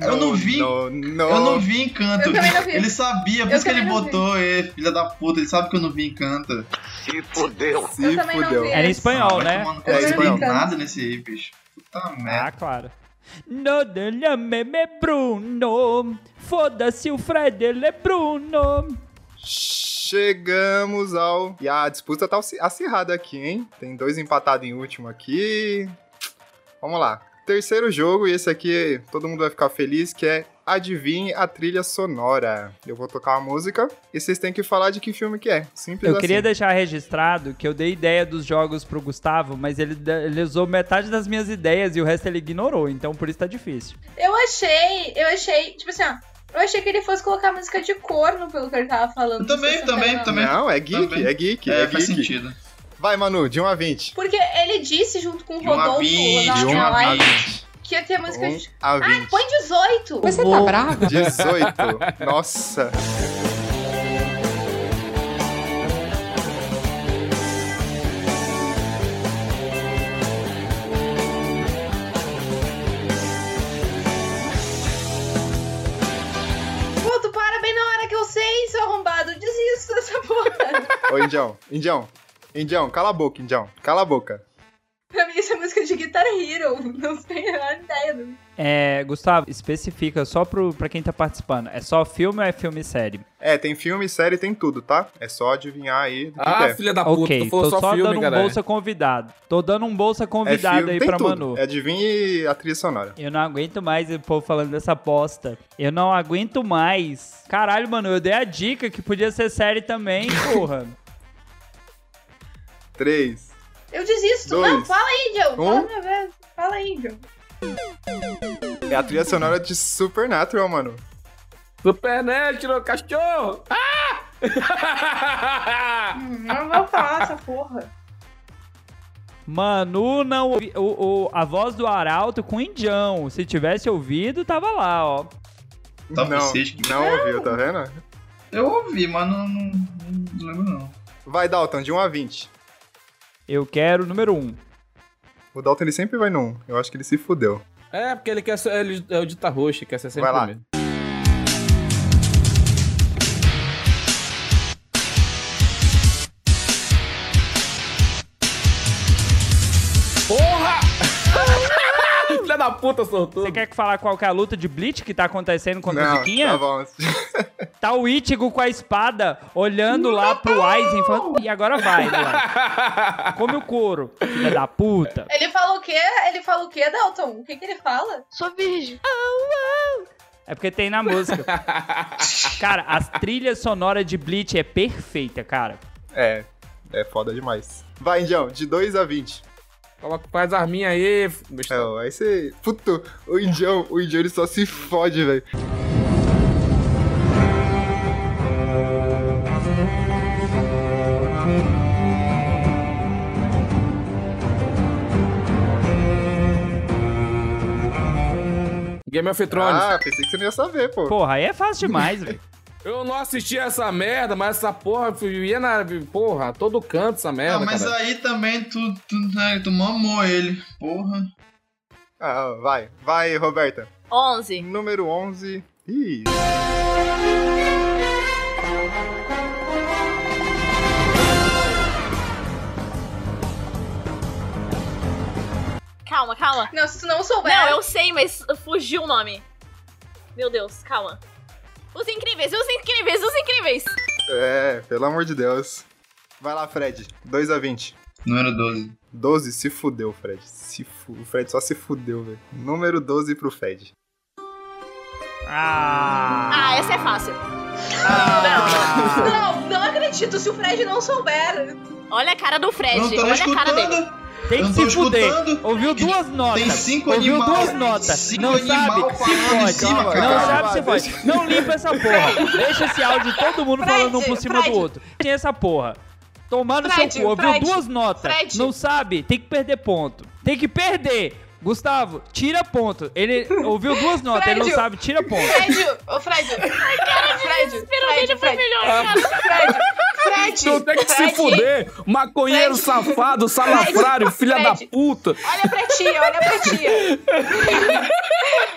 Eu não vi. Não, não. Eu não vi encanto. Eu também não vi. Ele sabia, por Eu isso que ele também não vi. botou, é, filha da puta, ele sabe que eu não vi encanto. Se fudeu. Se Eu também não fudeu. vi. Era em espanhol, Vai né? tomar no cu, É eu não espanhol. tem nada nesse aí, bicho. Tá Ah, né? merda. claro. Nada é Bruno. Foda-se o Fred, ele é Bruno. Chegamos ao. E a disputa tá acir- acirrada aqui, hein? Tem dois empatados em último aqui. Vamos lá. Terceiro jogo, e esse aqui todo mundo vai ficar feliz, que é Adivinhe a trilha sonora. Eu vou tocar a música e vocês têm que falar de que filme que é. Simples Eu assim. queria deixar registrado que eu dei ideia dos jogos pro Gustavo, mas ele, ele usou metade das minhas ideias e o resto ele ignorou, então por isso tá difícil. Eu achei, eu achei, tipo assim, ó, eu achei que ele fosse colocar música de corno pelo que ele tava falando. Eu também, Não sei se também, era- também. Não, é geek, Também. é geek, é, É, faz geek. sentido. Vai, Manu, de 1 a 20. Porque ele disse junto com o De 1 a Rodolfo 20, na de 1 na a live 20. que ia ter 1 música de. Um a 20. Ah, põe 18! Você tá brava? 18. Nossa. Pô, tu para bem na hora que eu sei, seu arrombado. Desisto dessa porra. Ô, Indião, Indião. Indião, cala a boca, Indião. Cala a boca. pra mim, isso é música de Guitar Hero. Não tenho a menor ideia. do- É, Gustavo, especifica só pro, pra quem tá participando. É só filme ou é filme e série? É, tem filme, série, tem tudo, tá? É só adivinhar aí do que Ah, que é. filha da puta, ok, tu falou tô só, só filme, dando um cara. bolsa convidado. Tô dando um bolsa É convidado filme, aí tem pra tudo. Manu. É adivinhe a trilha sonora. Eu não aguento mais o povo falando dessa aposta. Eu não aguento mais. Caralho, mano, eu dei a dica que podia ser série também, porra. 3. Eu desisto. Dois. Não, fala aí, Joe. Fala Um. minha vez. Fala aí, Joe. É a trilha sonora de Supernatural, mano. Supernatural, cachorro! Ah! Hum, Não vou falar essa porra. Manu não ouvi o, o- a voz do Arauto com o Indião. Se tivesse ouvido, tava lá, ó. Tá não, vocês que- não ouviu, tá vendo? Eu ouvi, mas não, não, não lembro não. Vai, Dalton, de 1 a 20. Eu quero o número um. O Dalton, ele sempre vai no 1. Eu acho que ele se fudeu. é, porque ele quer ser, ele é o Dita Roxa, quer ser sempre Vai lá. o mesmo. Porra! Filha da puta, sortudo. Você quer que falar qual que é a luta de Blitz que tá acontecendo contra o não, Ziquinha? tá bom. Tá o Itigo com a espada olhando lá pro Aizen falando, e agora vai, moleque. Come o couro, filha da puta. Ele fala o quê? Ele fala o quê, Dalton? O que, que ele fala? Sou virgem. É porque tem na música. cara, as trilhas sonoras de Bleach é perfeita, cara. É, é foda demais. Vai, Indião, de 2 a 20. Coloca, faz as minhas aí, É, Gustavo. ó, aí você... Puto, o Indião, o Indião, ele só se fode, velho. Game of Thrones. Ah, pensei que você não ia saber, pô. Porra, aí é fácil demais, velho. Eu não assisti essa merda, mas essa porra ia na. Porra, todo canto essa merda. ah, mas cara. aí também tu, tu, né, tu mamou ele. Porra. Ah, vai. Vai, Roberta. 11. Número 11. Ih, Calma, calma. Não, se tu não souber. Não, eu sei, mas fugiu o nome. Meu Deus, calma. Os incríveis, os incríveis, os incríveis. é, pelo amor de Deus. Vai lá, Fred. 2 a 20. Número 12. 12, se fudeu, Fred. Se fu... O Fred só se fudeu, velho. Número 12 pro Fred. Ah, Ah, essa é fácil. Ah. Não, não acredito. Se o Fred não souber. Não, olha a cara do Fred. não tô É, Olha a cara dele. escutando. tem eu que não se tô fuder. escutando. Ouviu Tem- duas notas. Tem cinco Ouviu animais. duas notas. Cinco Não sabe, animal se falando em fode. cima, Não cara. sabe, se fode. Não limpa essa porra. Deixa esse áudio de todo mundo Fred, falando um por cima Fred. do outro. Tem essa porra. Tomando Fred, seu cu. Ouviu Fred, duas notas. Fred. Não sabe, tem que perder ponto. Tem que perder. Gustavo, tira ponto. Ele ouviu duas notas, ele não Fred. sabe, tira ponto. Fred, ô Fred. Ai, cara, Fred, Fred, Foi Fred, melhor, É. cara. Fred, Fred. Tu tem que se Fred, fuder, maconheiro Fred. safado, salafrário, Fred. filha da Fred. puta. Olha pra ti, olha pra ti.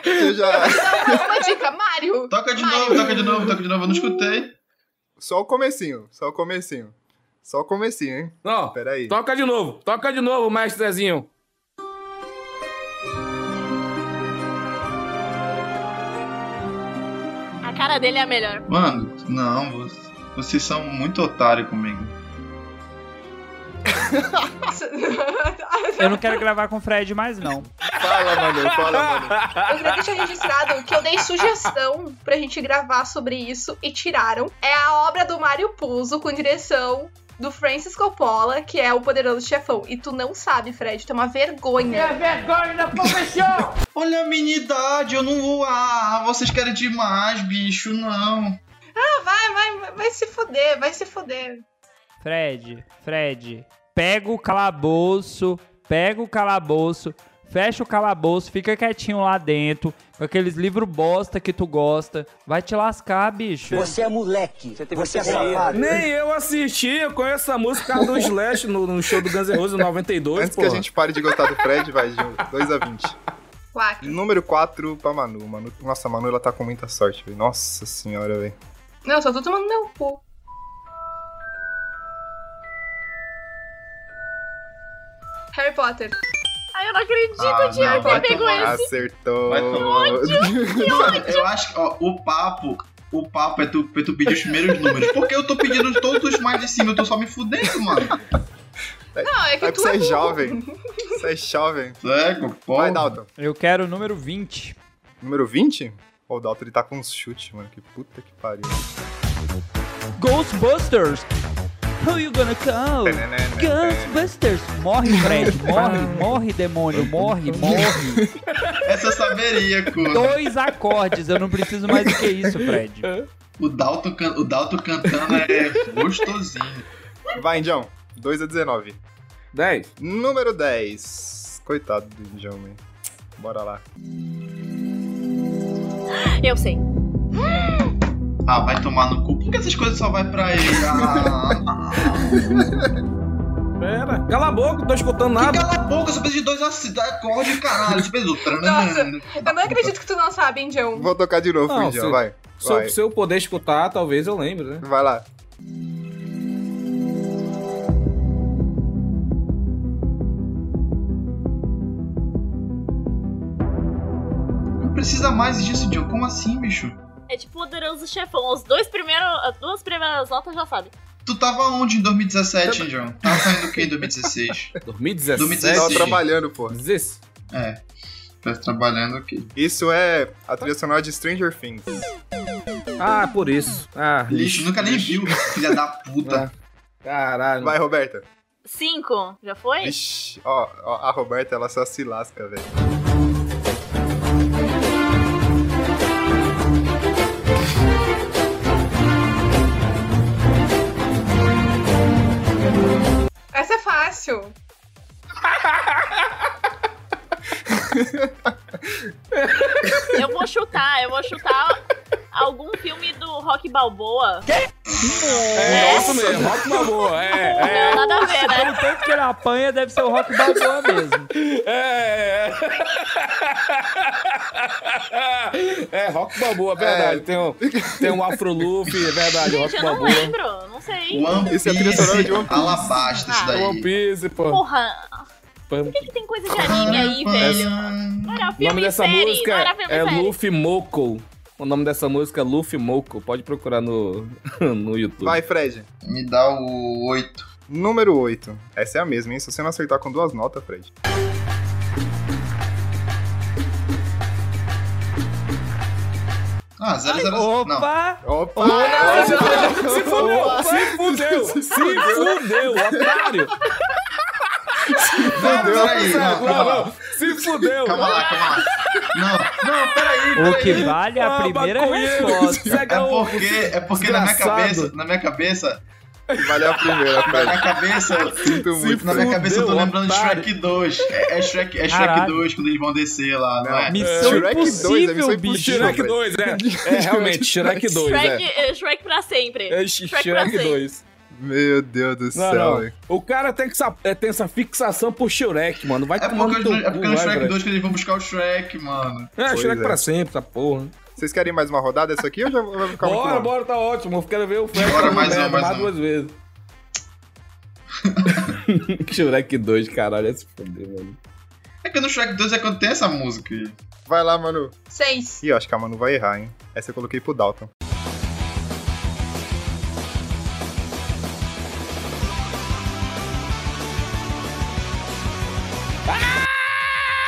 Eu já... Dá uma dica, Mário. Toca de novo, toca de novo, toca de novo. Eu não escutei. Só o comecinho, só o comecinho. Só o comecinho, hein? Não, Peraí. toca de novo, toca de novo, mestre Zezinho. cara dele é a melhor. Mano, não, vo- vocês são muito otário comigo. Eu não quero gravar com o Fred mais, não. Fala, Manu, fala, Manu. Eu queria deixar registrado que eu dei sugestão pra gente gravar sobre isso e tiraram. É a obra do Mario Puzo com direção do Francis Coppola, que é o poderoso chefão. E tu não sabe, Fred, tu é uma vergonha. vergonha da profissão! Olha a minha idade, eu não vou. Ah, vocês querem demais, bicho, não. Ah, vai, vai, vai, vai se foder, vai se foder. Fred, Fred, pega o calabouço, pega o calabouço, fecha o calabouço, fica quietinho lá dentro, com aqueles livros bosta que tu gosta. Vai te lascar, bicho. é moleque, você é safado. Nem eu assisti, eu conheço essa música do Slash no, no show do Guns N' Roses em 92, Antes pô. que a gente pare de gostar do Fred, vai de 2 a 20. Quack. Número 4 pra Manu. Manu. Nossa, a Manu ela tá com muita sorte, velho. Nossa senhora, velho. Não, só tô tomando meu cu. Harry Potter. Ai, eu não acredito, Ah, Thiago, não, vai quem pegou tomar. esse? Acertou. Vai tomar. Eu acho que, ó, o papo. O papo é tu, é tu pedir os primeiros números. Porque eu tô pedindo todos os mais de cima, eu tô só me fudendo, mano. Não, é que É que tu você é é burro. jovem. Você é jovem. É, pô. Vai, Dalton. Eu quero o número 20. Número 20? Pô, o Dalton ele tá com uns chutes, mano. Que puta que pariu. Ghostbusters! Who you gonna call? Ghostbusters! Morre, Fred, morre, morre, demônio, morre, morre. Essa eu saberia, Então- cor. Dois acordes, eu não preciso mais do que isso, Fred. O Dalton, can- o Dalton cantando é gostosinho. Vai, Indião. 2 a 19. 10. Número 10. Coitado do Indião, velho. Bora lá. Eu sei. Ah, vai tomar no cu. Por que essas coisas só vai pra ele? Ah, Pera, cala a boca, não tô escutando que nada. cala a boca, você precisa de dois ac- acordes, caralho. Você fez o né? Nossa. Eu não acredito que tu não sabe, hein, John. Vou tocar de novo pro Não, Indião, se- vai. Se eu, Vai. se eu poder escutar, talvez eu lembre, né? Vai lá. Não precisa mais disso, John. Como assim, bicho? É tipo poderoso chefão. Os dois primeiros, as duas primeiras notas já sabe. Tu tava onde em 2017, hein, John? Tava saindo o que em 2016? 2017. 2017. Tava sim. trabalhando, Tá pô. 2016. É. Tá trabalhando aqui. Isso é a trilha sonora de Stranger Things. Ah, por isso. Ah, Lixo, nunca nem viu, filha da puta. caralho. Vai, Roberta. Cinco, já foi? Vixe, ó, ó, a Roberta, ela só se lasca, velho. Essa é fácil. Eu vou chutar, eu vou chutar algum filme do Rock Balboa. É isso mesmo, rock uma boa. É, é, Não, nada a ver, né? Pelo tanto que ele apanha, deve ser o Rock Balboa mesmo. é. É, rock uma boa, verdade. É, Tem um, tem um Afro Luffy, é verdade, rock Gente, uma eu não boa. lembro, não sei. One Piece, Isso é a trilha sonora de One Piece. Alabasta, isso Ah, daí. One Piece, pô. Porra, Pam. por que, que tem coisa de anime aí, velho? Não era O filme nome e dessa série, música não era filme e é série. Luffy Moco. O nome dessa música é Luffy Moco. Pode procurar no, no YouTube. Vai, Fred. Me dá o 8. Número 8. Essa é a mesma, hein? Se você não acertar com duas notas, Fred. Ah, 00. Não. Opa! Opa! Se fudeu! Se fudeu! Se fudeu, otário! Não, peraí, não, calma Não, não, lá. Se fudeu! Calma lá, calma lá. Não, não, peraí, O que peraí. vale é a Ah, primeira maconheiro, resposta. Zé É Gaúcho. porque, é porque na minha desgraçado. cabeça, na minha cabeça, Valeu a primeira, na Fred. minha cabeça, Sinto muito. na minha cabeça eu tô Fudeu, lembrando de otário. Shrek 2. É, é Shrek, é Shrek Caralho. 2 quando eles vão descer lá, não é? Missão Shrek 2, é impossível, Missão bicho. Impossível. Shrek 2, é. É, realmente, Shrek 2, Shrek, é. eh, Shrek pra sempre. É Shrek pra Shrek sempre. 2. Meu Deus do Não, céu, não. velho. O cara tem, que sa- é, tem essa fixação por Shrek, mano. Vai É tomar no porque, teu é cu, porque no vai, Shrek velho. 2 que eles vão buscar o Shrek, mano. É, Shrek Pois é. pra sempre, essa porra. Vocês querem mais uma rodada essa aqui ou já vai ficar muito Bora, longo? bora, tá ótimo. Eu quero ver o Fred Bora, falando mais uma, merda mais uma. duas vezes. Shrek 2, caralho, esse fodeu, mano. É que no Shrek 2 é quando tem essa música aí. Vai lá, Manu. Seis. Ih, eu acho que a Manu vai errar, hein? Essa eu coloquei pro Dalton.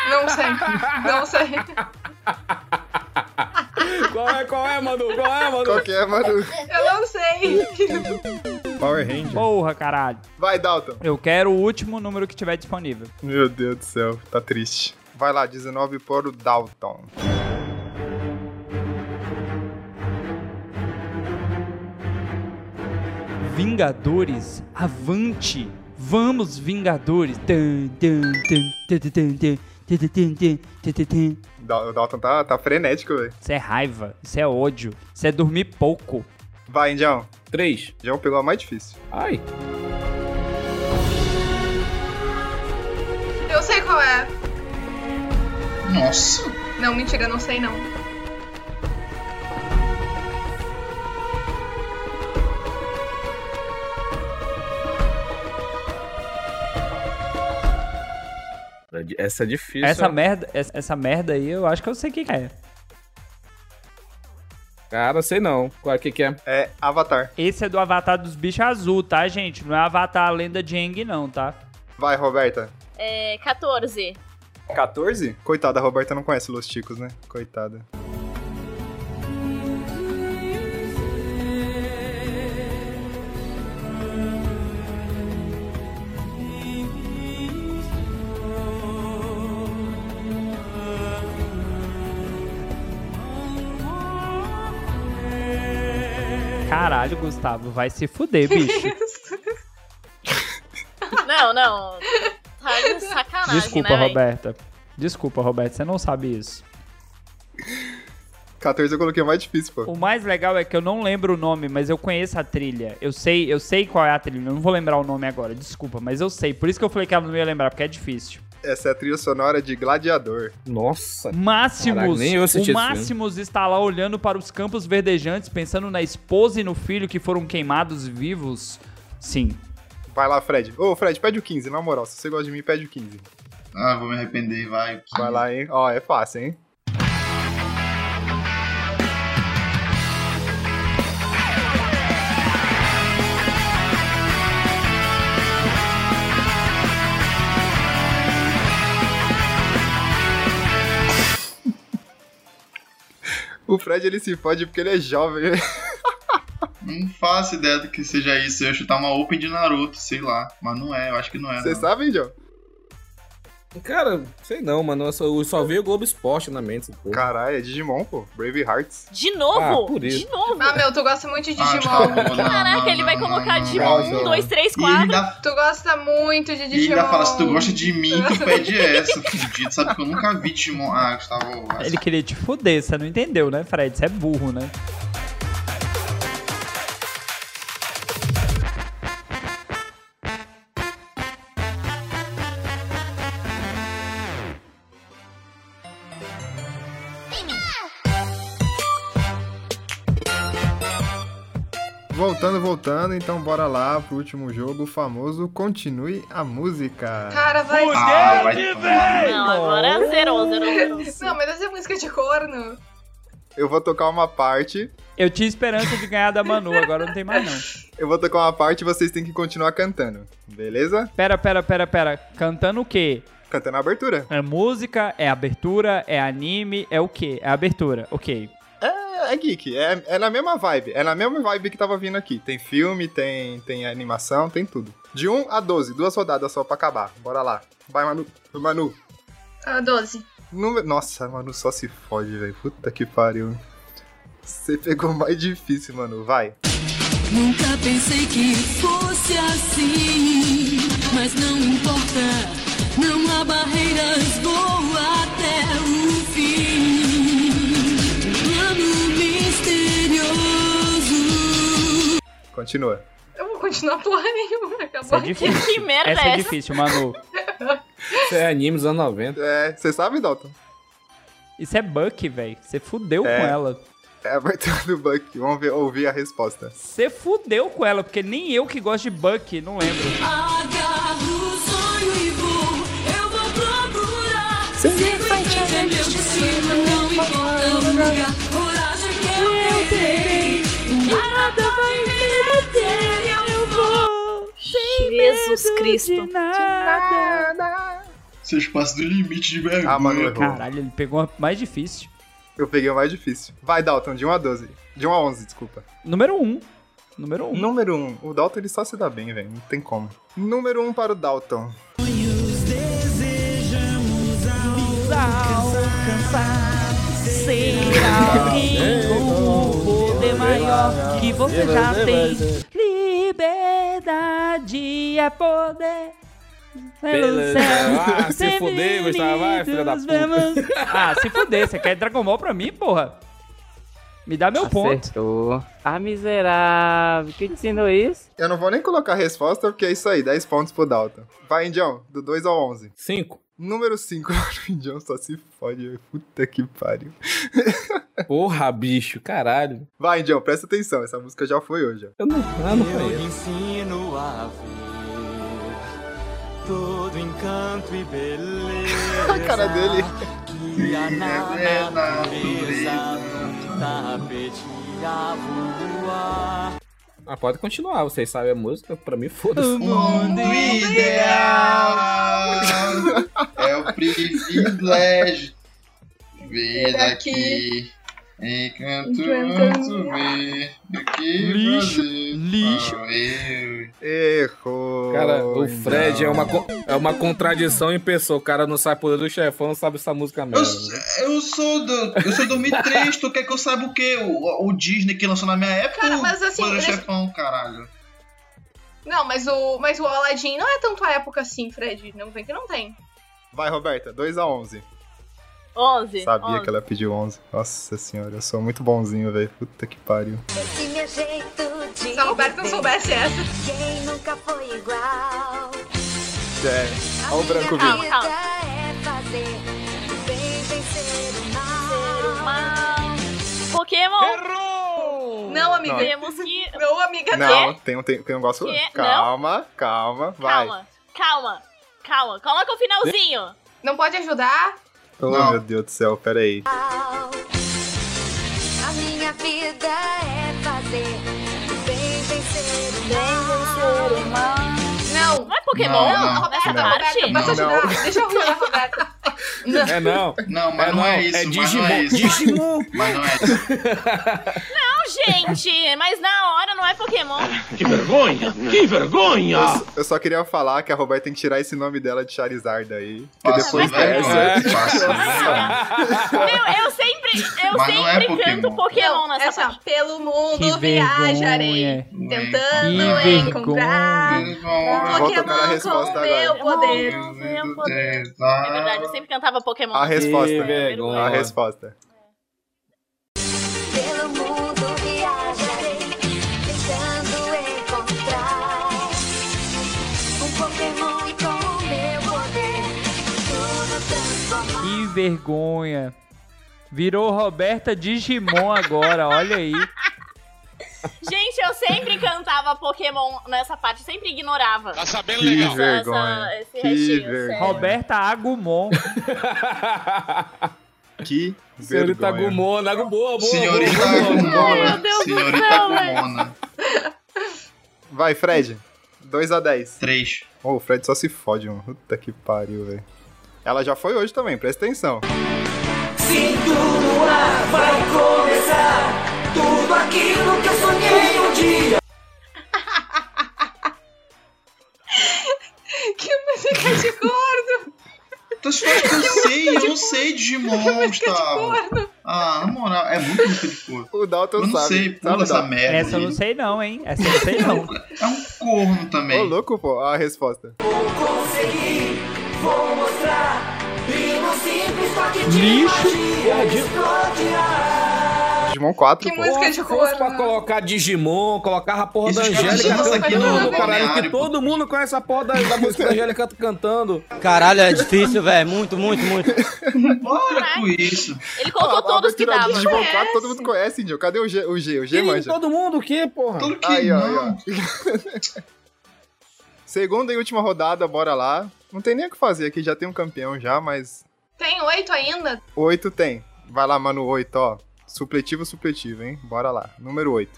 Não sei. Não sei. Qual é, qual é, Manu? Qual é, Manu? Qual que é, Manu? Eu não sei. Power Ranger. Porra, caralho. Vai, Dalton. Eu quero o último número que tiver disponível. Meu Deus do céu, tá triste. Vai lá, 19 para o Dalton. Vingadores, avante! Vamos, Vingadores! Tan, tan, tan, tan, tan, tan, tan, tan, tan, tan, tan, tan. Dal- O Dalton tá, tá frenético, velho. Isso é raiva, isso é ódio, isso é dormir pouco. Vai, Indião. Três. Indião pegou a mais difícil. Ai. Eu sei qual é. Nossa. Não, mentira, não sei não. Essa é difícil. Essa merda, essa essa merda aí eu acho que eu sei o que que é. Cara, sei não. Qual é que, que é? É Avatar. Esse é do Avatar dos Bichos Azul, tá, gente? Não é Avatar a Lenda de Aang, não, tá? Vai, Roberta. É, 14. 14? Coitada, a Roberta não conhece Los Ticos, né? Coitada. Caralho, Gustavo, vai se fuder, bicho. Não, não. Tá de sacanagem, Desculpa, né, véi? Roberta. Desculpa, Roberta, você não sabe isso. 14 eu coloquei a mais difícil, pô. O mais legal é que eu não lembro o nome, mas eu conheço a trilha. Eu sei, eu sei qual é a trilha. Eu não vou lembrar o nome agora, desculpa, mas eu sei. Por isso que eu falei que ela não ia lembrar, porque é difícil. Essa é a trilha sonora de Gladiador. Nossa. Caralho, Máximos, nem eu o assisti esse Máximos está lá olhando para os campos verdejantes, pensando na esposa e no filho que foram queimados vivos. Sim. Vai lá, Fred. Ô, Fred, pede o 15, na moral. Se você gosta de mim, pede o 15. Ah, vou me arrepender, vai. Vai lá, hein? Ó, é fácil, hein? O Fred ele se fode porque ele é jovem. Não faço ideia do que seja isso. Eu ia chutar uma open de Naruto, sei lá. Mas não é, eu acho que não é. Você não. sabe, John? Cara, sei não, mano. Eu só, eu só vi o Globo Esporte na mente. essa porra. Caralho, é Digimon, pô. Brave Hearts. De novo? Ah, por isso. De novo? Ah, meu, tu gosta muito de Ah, Digimon. tá bom, não, Caraca, não, ele vai não, colocar um, não, Digimon não, não. 1, 2, 3, E 4. ainda, Tu gosta muito de e Digimon. ainda fala, se tu gosta de mim, tu pede essa, fudido. Sabe que eu nunca vi Digimon. Ah, Gustavo, vai Ele queria te fuder, você não entendeu, né, Fred? Você é burro, né? Voltando, voltando, então bora lá pro último jogo o famoso Continue a Música. Cara, vai. Ah, vai. Não, agora zerou, zerou, zerou. Não, mas essa é música de corno. Eu vou tocar uma parte, Eu tinha esperança de ganhar da Manu, agora não tem mais não. eu vou tocar uma parte e vocês têm que continuar cantando, beleza? Pera, pera, pera, pera. Cantando o quê? Cantando a abertura. É música, é abertura, é anime, é o quê? É abertura, ok. É, é geek, é, é na mesma vibe, é na mesma vibe que tava vindo aqui. Tem filme, tem, tem animação, tem tudo. De 1 a 12, duas rodadas só pra acabar. Bora lá. Vai, Manu. Manu. Ah, 12. Número- Nossa, Manu só se fode, velho. Puta que pariu. Você pegou mais difícil, Manu. Vai. Nunca pensei que fosse assim, mas não importa, não há barreiras, vou até o fim. Um plano misterioso. Continua. Eu vou continuar porra nenhuma. Isso Acabou é difícil. Que merda Essa é é essa? difícil, Manu. Isso é anime dos anos 90. É, você sabe, Dalton? Isso é Buck, velho. Você fudeu É. com ela. É a abertura do Buck. Vamos ver, ouvir a resposta. Você fudeu com ela, porque nem eu que gosto de Buck, não lembro. Agarro o sonho e vou, eu vou procurar. Sempre é meu destino, não importa. Coragem que eu terei, nada vai me deter. Eu vou. Jesus Cristo. Vocês passam do limite de vergonha. Ah, mano, errou. Caralho, ele pegou uma mais difícil. Eu peguei o mais difícil. Vai, Dalton, de 1 a 12. De 1 a 11, desculpa. Número 1. Um. Número 1. Um. Número 1. O Dalton ele só se dá bem, velho. Não tem como. Número 1 para o Dalton. Poder maior que você já tem. Liberdade é poder. Pelo céu. Ah, se fuder, Gustavo. Vai, filha da puta. Ah, se fuder, você quer Dragon Ball pra mim, porra? Me dá meu ponto. Acertou. Ah, miserável. Quem te ensinou isso? Eu não vou nem colocar a resposta, porque é isso aí. 10 pontos pro Dalton. Vai, Indião, do 2 ao 11. Cinco. Número 5. O Indião só se fode. velho. Puta que pariu. Porra, bicho, caralho. Vai, Indião, presta atenção. Essa música já foi hoje. ó. Eu não, ah, não Eu lhe conheço. ensino a ver todo encanto e beleza. A cara dele. Que há É, na na natureza natureza. tapete a voar. Ah, pode continuar, vocês sabem a música. Pra mim, foda-se. mundo ideal Ah, é o privilégio. Ver aqui. Enquanto Enquanto- tu vê o que Lixo, fazer, lixo. sou eu. Errou. Cara, o Indião. Fred é uma, co- é uma contradição em pessoa. O cara não sabe poder do chefão, não sabe essa música Eu, mesmo. s- eu sou do, eu sou 2003, tu quer que eu saiba o quê? O, o Disney que lançou na minha época? Cara, ou mas assim, Poderoso eles- chefão, caralho. Não, mas o, mas o Aladdin não é tanto a época assim, Fred. Não vem que não tem. Vai, Roberta, 2 a 11. 11. Sabia 11. que ela pediu 11. Nossa senhora, eu sou muito bonzinho, velho. Puta que pariu. Esse meu jeito de Se a Roberta não soubesse essa. Quem nunca foi igual. É. Olha o branco vindo. Calma, calma. é fazer o bem vencer o Ser mal. humano. Pokémon. Não, amiga. Temos que. Meu amiga, Não, tem, um- tem, tem um negócio. Quê? Calma, calma, vai. Calma, calma, calma. Coloca o finalzinho. não pode ajudar? Oh, Não. meu Deus do céu, pera aí. A minha vida é fazer o bem vencer o mal. Não. Não é Pokémon? Não, não. Nessa Não. parte? Posso Não, ajudar? Deixa eu ajudar, Roberta. É não. Não, mas é não, é isso, É mas não Digimon. é isso. Digimon. Mas não é isso. Não, gente, mas na hora não é Pokémon. Eu, eu só queria falar que a Roberta tem que tirar esse nome dela de Charizard aí. Que Passa depois vergonha, é dessa. é passa vergonha. Meu, eu sempre, eu Mas não é sempre canto Pokémon. Pokémon Não, é assim, nessa essa, parte. pelo mundo Que viajarei, vergonha. tentando Que encontrar Eles vão- Eu vou tocar a Pokémon resposta com é o agora. meu poder. Não, meu poder. Ah. É verdade, eu sempre cantava Pokémon. A Que resposta. vergonha. A resposta. Pelo mundo viajarei, tentando encontrar um Pokémon com o meu poder, tudo transformar. Que vergonha. Virou Roberta Digimon agora, olha aí. Gente, eu sempre cantava Pokémon nessa parte, sempre ignorava. Tá sabendo Que legal. vergonha. esse Que restinho, vergonha. sério. Roberta Agumon. Que Senhorita vergonha. Gumona, Gumona, boa, boa. Senhorita boa, boa. meu Gumona. Deus do Senhorita céu, velho. Gumona. Vai, Fred. 2 a 10. Três. Ô, o Fred só se fode, mano. Puta que pariu, velho. Ela já foi hoje também, presta atenção. Sinto no ar, vai começar tudo aquilo que eu sonhei um dia. Que música de corno! Então, se eu cansei, eu não sei Digimon, Gustavo. Ah, na moral, é muito música de cor. O Dalton Eu não sabe. sei, sabe pula essa Dalton? merda. Essa eu não aí. sei não, hein? Essa eu não sei não. É um corno também. Ô, louco, pô. A resposta. Consegui, vou mostrar. E no simples toque de Lixo. magia explodirá. Digimon 4, Que pô. música Se de fosse É pra corno! colocar Digimon, colocar a porra Isso da já Angélica dança aqui no cantando, caralho, balneário, que pô. todo mundo conhece a porra da, da música da Angélica cantando. Caralho, é difícil, velho. Muito, muito, muito. Para com isso. Ele colocou todos que abertura do dava. É. Digimon 4, todo mundo conhece, Indio. Cadê o G? O G, o G Quem? né? manja. Todo mundo, o quê, porra? Tudo que Aí, ó, aí, não. ó. Segunda e última rodada, bora lá. Não tem nem o que fazer aqui, já tem um campeão já, mas Tem oito ainda? Oito tem. Vai lá, mano, oito, ó. Supletivo, supletivo, hein? Bora lá. Número oito.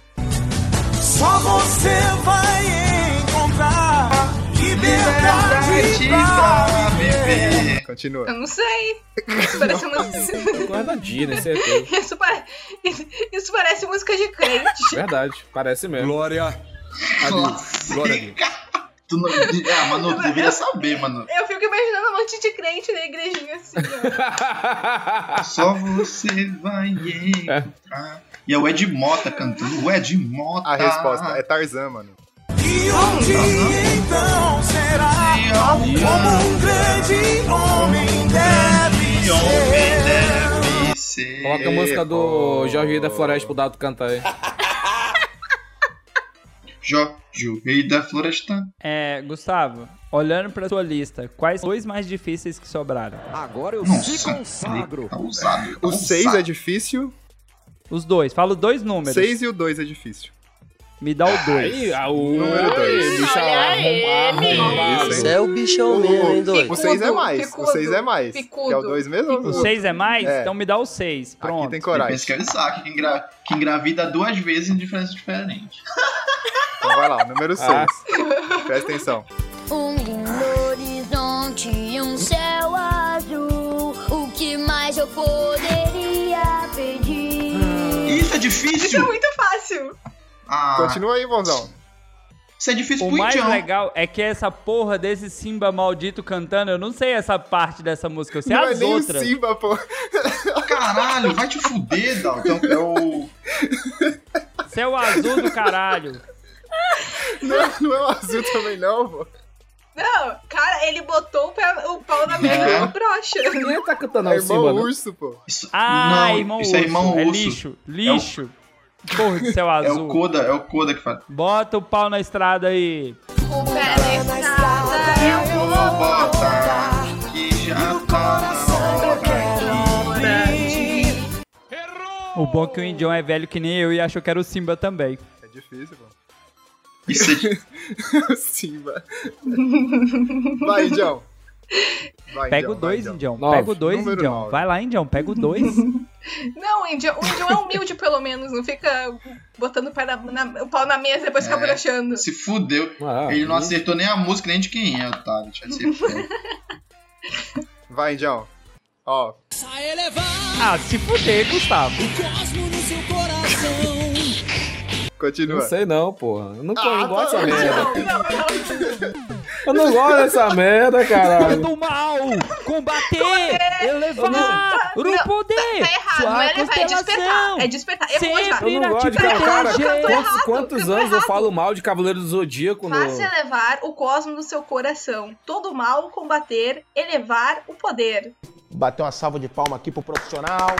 Só você vai encontrar liberdade pra viver. Continua. Eu não sei. Isso parece uma... Guardadinha, né? Certeza. Isso, pare- Isso parece música de crente. Verdade, parece mesmo. Glória. Glória a Deus. Tu não, ah, mano, tu deveria saber, mano. Eu fico imaginando um monte de crente na igrejinha assim, ó. Só você vai encontrar. E é o Ed Mota cantando. O Ed Mota. A resposta é Tarzan, mano. E onde então será como um grande homem deve ser? Coloca a música do Jorge Rei da Floresta pro Dado cantar aí. Jorge, o rei da floresta. É, Gustavo, olhando pra sua lista, quais dois mais difíceis que sobraram? Agora eu Nossa, se consagro. Tá usado. O seis é difícil. Os dois, fala os dois números. Seis e o dois é difícil. Me dá o dois. Aí, aú, Número dois. bicha arrombado. Você é o bichão mesmo, hein, doido? O seis é mais. Picudo, O seis é mais. picudo, Que é o dois mesmo? O seis é mais? É. Então me dá o seis. Pronto. Aqui tem Pensa que coragem. é saco, que, engra... que engravida duas vezes em diferença diferente. Então vai lá, o número Ah. seis. Presta atenção. Um lindo horizonte e um céu azul. O que mais eu poderia pedir? Isso Isso é é um difícil? muito fácil. Ah, Continua aí, bonzão. Isso é difícil O pro mais Indião. legal é que essa porra desse Simba maldito cantando, eu não sei essa parte dessa música, eu sei Não é as nem o outras. Simba, pô. Caralho, vai te fuder, Dalton. É o. Céu é azul do caralho. Não, é- não é o azul também, não, pô. Não, cara, ele botou o pé- o pau na mesa Uhum. É. do brocha. Quem tá cantando É ao irmão cima, né? urso, pô. Isso... Ah, não, irmão isso urso. é irmão urso. lixo, lixo. Porra de céu É azul. o Koda, é o Koda que faz. Bota o pau na estrada aí. O pé na estrada é o Bota que já tá na hora de- O bom é que o Indião é velho que nem eu e achou que era o Simba também. É difícil, pô. Isso é difícil. O Simba. Vai, Indião. Vai, Pega o vai, 2, Indião. Nove. Pega o 2, Número Indião. nove. Vai lá, Indião. Pega o 2. Não, o Indião, o Indião é humilde, pelo menos. Não fica botando o, pé na- na- o pau na mesa e depois fica É. brochando. Se fudeu. Ah, Ele não acertou nem a música, nem de quem é, Otávio. Deixa eu dizer, pô. Vai, Indião. Ó, Ah, se fuder, Gustavo. Não continua. sei não, porra. Eu não, eu não gosto tá. dessa merda. Não, tá não. Eu não gosto dessa merda, caralho. do um mal, é, combater, elevar o poder. Tá errado, sua não é levar, é constelação. despertar. É despertar. Errou já. Sempre Eu não gosto de Tira, tira, cara. Quantos, tira. tipo errado, quantos cantou anos eu errado. né? falo mal de Cavaleiro do Zodíaco no. Faça elevar o cosmo no seu coração. Todo mal combater, elevar o poder. Bateu uma salva de palma aqui pro profissional.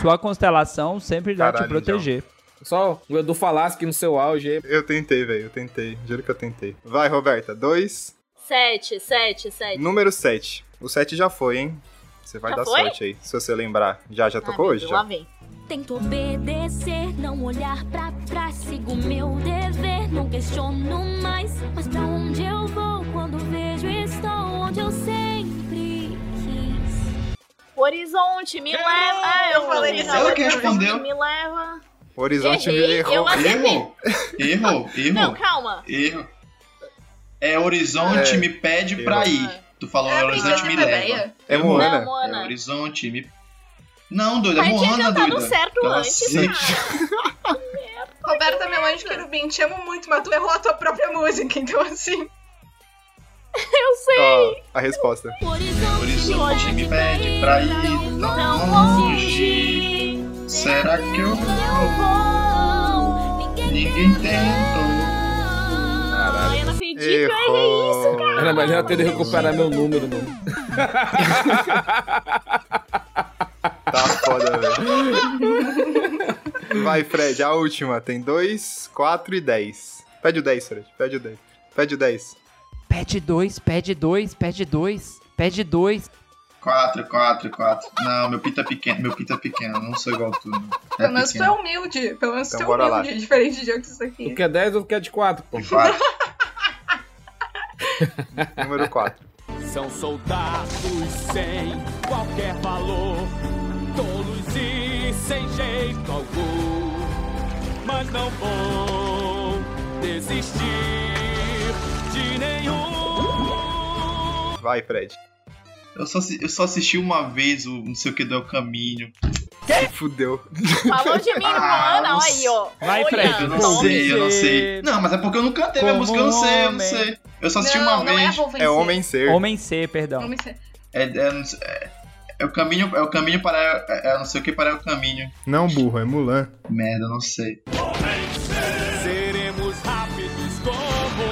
Sua constelação sempre irá te Caralho, proteger. Só o Edu falasse que no seu auge aí. Eu tentei, velho. Eu tentei. Juro que eu tentei. Vai, Roberta. Dois. Sete, sete, sete. Número 7. O 7 já foi, hein? Você vai Já dar foi? sorte aí, se você lembrar. Já, já Ah, tocou meu hoje? Deus, Lá Já. vem. Tento obedecer, não olhar pra trás, sigo meu dever, não questiono mais. Mas pra onde eu vou quando vejo estou onde eu sempre quis? Horizonte, me leva. Ah, eu falei falei isso. Ela que respondeu. Me leva. O Horizonte me Errei, eu errou. acertei. Errou. Errou. Não, Errou. calma. Erro. É Horizonte É, me pede errou. pra ir. Tu falou Ah, É a Horizonte princesa me leva. plebeia. É Não, Moana? É Moana. Horizonte me. Não, doida, é Mas tinha um Moana, cantado doida. tá certo Pela antes, sede. cara. Roberta, meu anjo querubim, te amo muito, mas tu errou a tua própria música, então assim. Eu sei. Ó, a resposta. Tá. Horizonte me pede pra ir tão longe. Será que eu é vou? Ninguém tentou. Ai, eu não acredito. Ai, Errou. Era Ah, melhor eu ter de recuperar meu número, mano. Tá foda, velho. Vai, Fred. A última. Tem 2, 4 e 10. Pede o 10, Fred. Pede o 10. Pede o 10. Pede dois, pede dois, pede dois, pede dois. Quatro, quatro, quatro. Não, meu pinto é pequeno, meu pinto é pequeno, não sou igual tu. não. É Pelo menos tu é pequeno. humilde. Pelo menos Então tu é bora lá. humilde, diferente de outros Tu aqui. quer 10 ou tu quer de 4, pô? Quatro. Número 4. São soldados sem qualquer valor, tolos e sem jeito algum. Mas não vou desistir de nenhum. Vai, Fred. Eu só, assi- eu só assisti uma vez o não sei o que do El Caminho. Fudeu. Falou de mim, Moana, olha aí, ó. Olha. Eu não sei, eu não sei. Não, mas é porque eu não cantei minha Como música, eu não sei, eu não homem. sei. Eu só assisti Não, uma não é vez. Vou Vencer. É Homem Ser. Homem Ser, perdão. Homem Ser. É, é, não sei, é, é o caminho, é o caminho para, é, é não sei o que para o caminho. Não, burro, é Mulan. Merda, eu não sei. Seremos rápidos como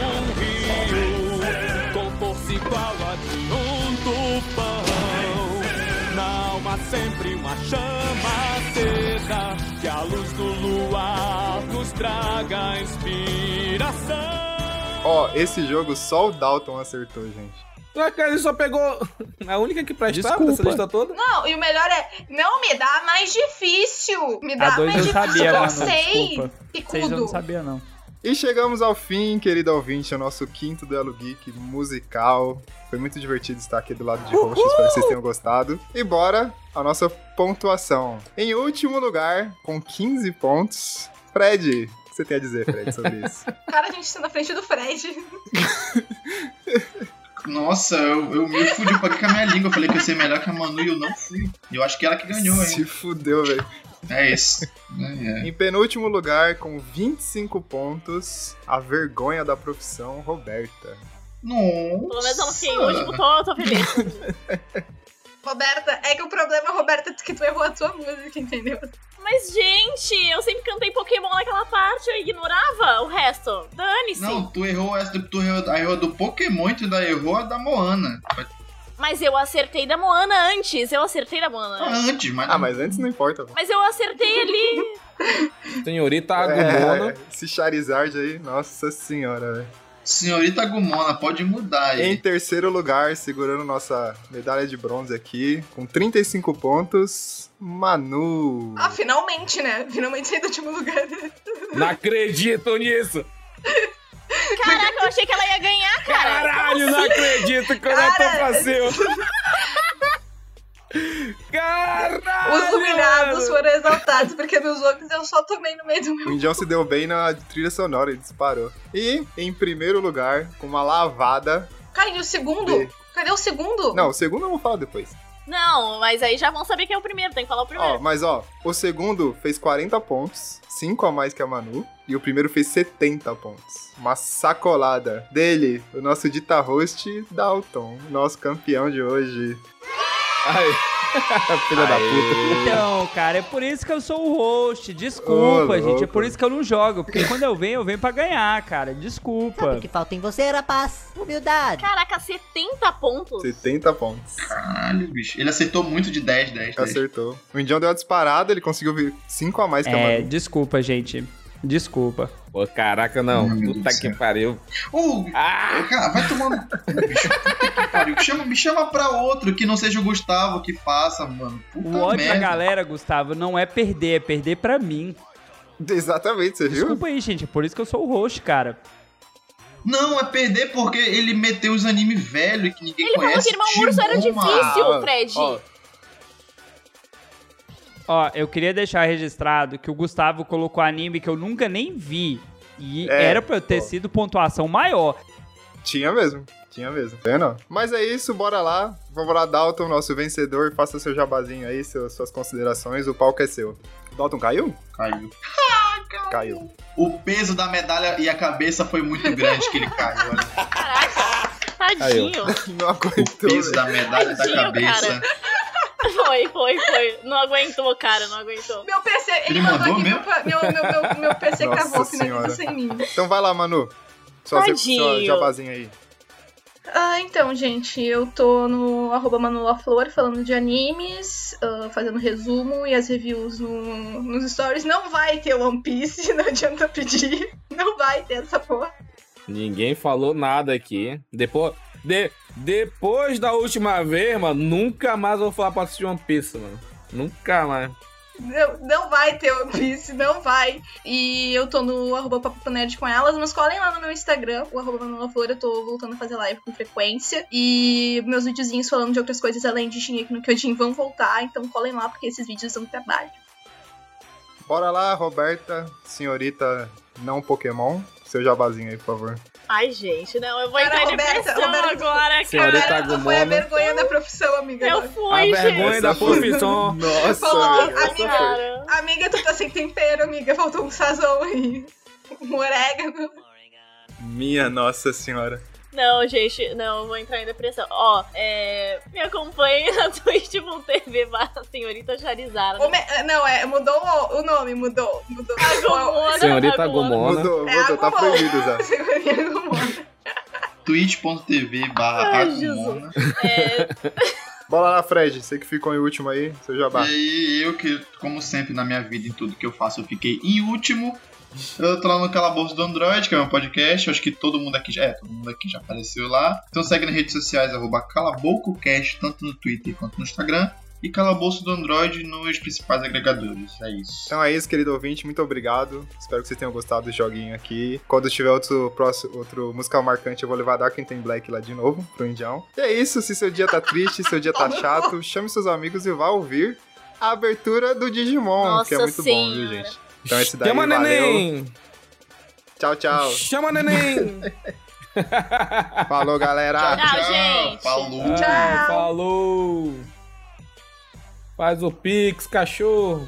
um rio, com força igual a de um tufão. Na alma sempre uma chama acesa, que a luz do luar nos traga inspiração. Ó, esse jogo só o Dalton acertou, gente. Ah, cara, ele só pegou a única que prestava Desculpa. dessa lista toda. Não, e o melhor é, não me dá mais difícil. Me dá A dois mais eu difícil. sabia, eu mano, sei. desculpa. Picudo. sabia, não. E chegamos ao fim, querido ouvinte, ao nosso quinto duelo geek musical. Foi muito divertido estar aqui do lado de roxo, espero que vocês tenham gostado. E bora a nossa pontuação. Em último lugar, com 15 pontos, Fred. O que você tem a dizer, Fred, sobre isso? Cara, a gente tá na frente do Fred. Nossa, eu, eu me fudi, eu paguei com a minha língua. Eu falei que ia ser melhor que a Manu e eu não fui. E eu acho que ela que ganhou, hein? Se fudeu, velho. É isso. Em penúltimo lugar, com 25 pontos, a vergonha da profissão, Roberta. Pelo menos eu não fiquei em último, tô, tô feliz. Roberta, é que o problema, Roberta, é que tu errou a tua música, entendeu? Mas, gente, eu sempre cantei Pokémon naquela parte, eu ignorava o resto. Dane-se. Não, tu errou essa, do- tu errou, a errou a do Pokémon e tu ainda errou a da Moana. Mas eu acertei da Moana antes, eu acertei da Moana Ah, antes. Antes, mas. Ah, mas antes não importa. pô. Mas eu acertei ali. Senhorita Agumona. É, esse Charizard aí, nossa senhora, velho. Senhorita Gumona, pode mudar aí. Em terceiro lugar, segurando nossa medalha de bronze aqui, com 35 pontos, Manu. Ah, finalmente, né? Finalmente saí do último lugar. Não acredito nisso! Caraca, eu achei que ela ia ganhar, cara. Caralho, não acredito é que eu não tô fazendo! Os iluminados foram exaltados, porque nos outros eu só tomei no meio do O meu. Indião se deu bem na trilha sonora, ele disparou. E em primeiro lugar, com uma lavada. Cara, e o segundo? Cadê o segundo? Não, o segundo eu vou falar depois. Não, mas aí já vão saber quem é o primeiro, tem que falar o Ó, primeiro. mas ó, o segundo fez 40 pontos, 5 a mais que a Manu, e o primeiro fez 70 pontos. Uma sacolada dele, o nosso dita host Dalton, nosso campeão de hoje. Ai, filha da puta. Então, cara, é por isso que eu sou o host. Desculpa, Ô, gente. É louco. por isso que eu não jogo. Porque quando eu venho, eu venho pra ganhar, cara. Desculpa. Sabe o que falta em você, rapaz? Humildade. Caraca, 70 pontos. 70 pontos. Caralho, bicho. Ele acertou muito de 10, 10, 10. Acertou. O Indião deu uma disparada, ele conseguiu vir 5 a mais que a É, Manu. desculpa, gente. Desculpa. Ô, caraca, não. Puta que pariu. Ah, Uh, cara, vai tomando. Bicho, puta que pariu. chama, me chama pra outro que não seja o Gustavo que faça, mano. Puta O ódio da merda. galera, Gustavo, não é perder, é perder pra mim. Exatamente, você viu? Desculpa aí, gente. É por isso que eu sou o host, cara. Não, é perder porque ele meteu os anime velho que ninguém Ele falou conhece. que Irmão Urso era difícil, Fred. Ó, eu queria deixar registrado que o Gustavo colocou anime que eu nunca nem vi. E É, era pra eu ter pô. sido pontuação maior. Tinha mesmo, tinha mesmo. Tá vendo? Mas é isso, bora lá. Vamos lá, Dalton, nosso vencedor. Faça seu jabazinho aí, seu- suas considerações. O palco é seu. Dalton caiu? Caiu. Caiu. O peso da medalha e a cabeça foi muito grande que ele caiu. olha. Tadinho. Não aguentou. O peso da medalha e da Tadinho, cabeça. cara. Foi, foi, foi. Não aguentou, cara, não aguentou. Meu PC, Ele mandou mesmo? pra- meu, meu, meu, meu PC Nossa cravou, Senhora. finalizou sem mim. Então vai lá, Manu. Sua, sua Tadinho. jabazinha aí. Ah, então, gente, eu tô no arroba ManuLaFlor falando de animes, ah, fazendo resumo e as reviews no- nos stories. Não vai ter One Piece, não adianta pedir. Não vai ter essa porra. Ninguém falou nada aqui. Depois, de- depois da última vez, mano, nunca mais vou falar pra assistir One Piece, mano. Nunca mais. Não, não vai ter One Piece, não vai. E eu tô no arroba Papo Nerd com elas, mas colhem lá no meu Instagram, o arroba Manuela Flor, eu tô voltando a fazer live com frequência. E meus videozinhos falando de outras coisas além de Shineki no Kyojin vão voltar, então colhem lá porque esses vídeos são trabalho. Bora lá, Roberta, senhorita não Pokémon. Seu jabazinho aí, por favor. Ai, gente, não, eu vou Cara, entrar em Roberta, depressão Roberta, agora, Senhorita tá cara. Agumon, Tu foi a né? vergonha da profissão, amiga. Eu fui, a vergonha gente. da profissão. Nossa, Falou, amiga, essa amiga, amiga, tu tá sem tempero, amiga. Faltou um sazão aí. Um orégano. Minha nossa senhora. Não, gente, não, eu vou entrar em depressão. Ó, é, me acompanhe na twitch.tv barra senhorita Charizard. Ou me- Não, é, mudou o, o nome, mudou. mudou. Agumona. Senhorita Gomona. Mudou, É mudou, tá Agumon. proibido já. Senhorita Agumon. twitch.tv barra Ai, Agumona. É, Bora lá, Fred, você que ficou em último aí, seu E jabá. aí, eu que, como sempre na minha vida, em tudo que eu faço, eu fiquei em último. Eu tô lá no Calabouço do Android, que é meu podcast. Eu acho que todo mundo aqui já. É, todo mundo aqui já apareceu lá. Então segue nas redes sociais, arroba CalaboucoCast, tanto no Twitter quanto no Instagram. E Calabouço do Android nos principais agregadores. É isso. Então é isso, querido ouvinte, muito obrigado. Espero que vocês tenham gostado do joguinho aqui. Quando tiver outro, próximo, outro musical marcante, eu vou levar Dark Tem Black lá de novo, pro Indião. E é isso, se seu dia tá triste, seu dia tá chato, chame seus amigos e vá ouvir a abertura do Digimon, que é Nossa muito bom, viu, Senhora. gente? Então esse daí, Chama valeu. neném! Tchau, tchau. Chama neném! Falou, galera. Tchau, gente. Hum, Falou. Ai, Ah, Falou! Faz o pix, cachorro!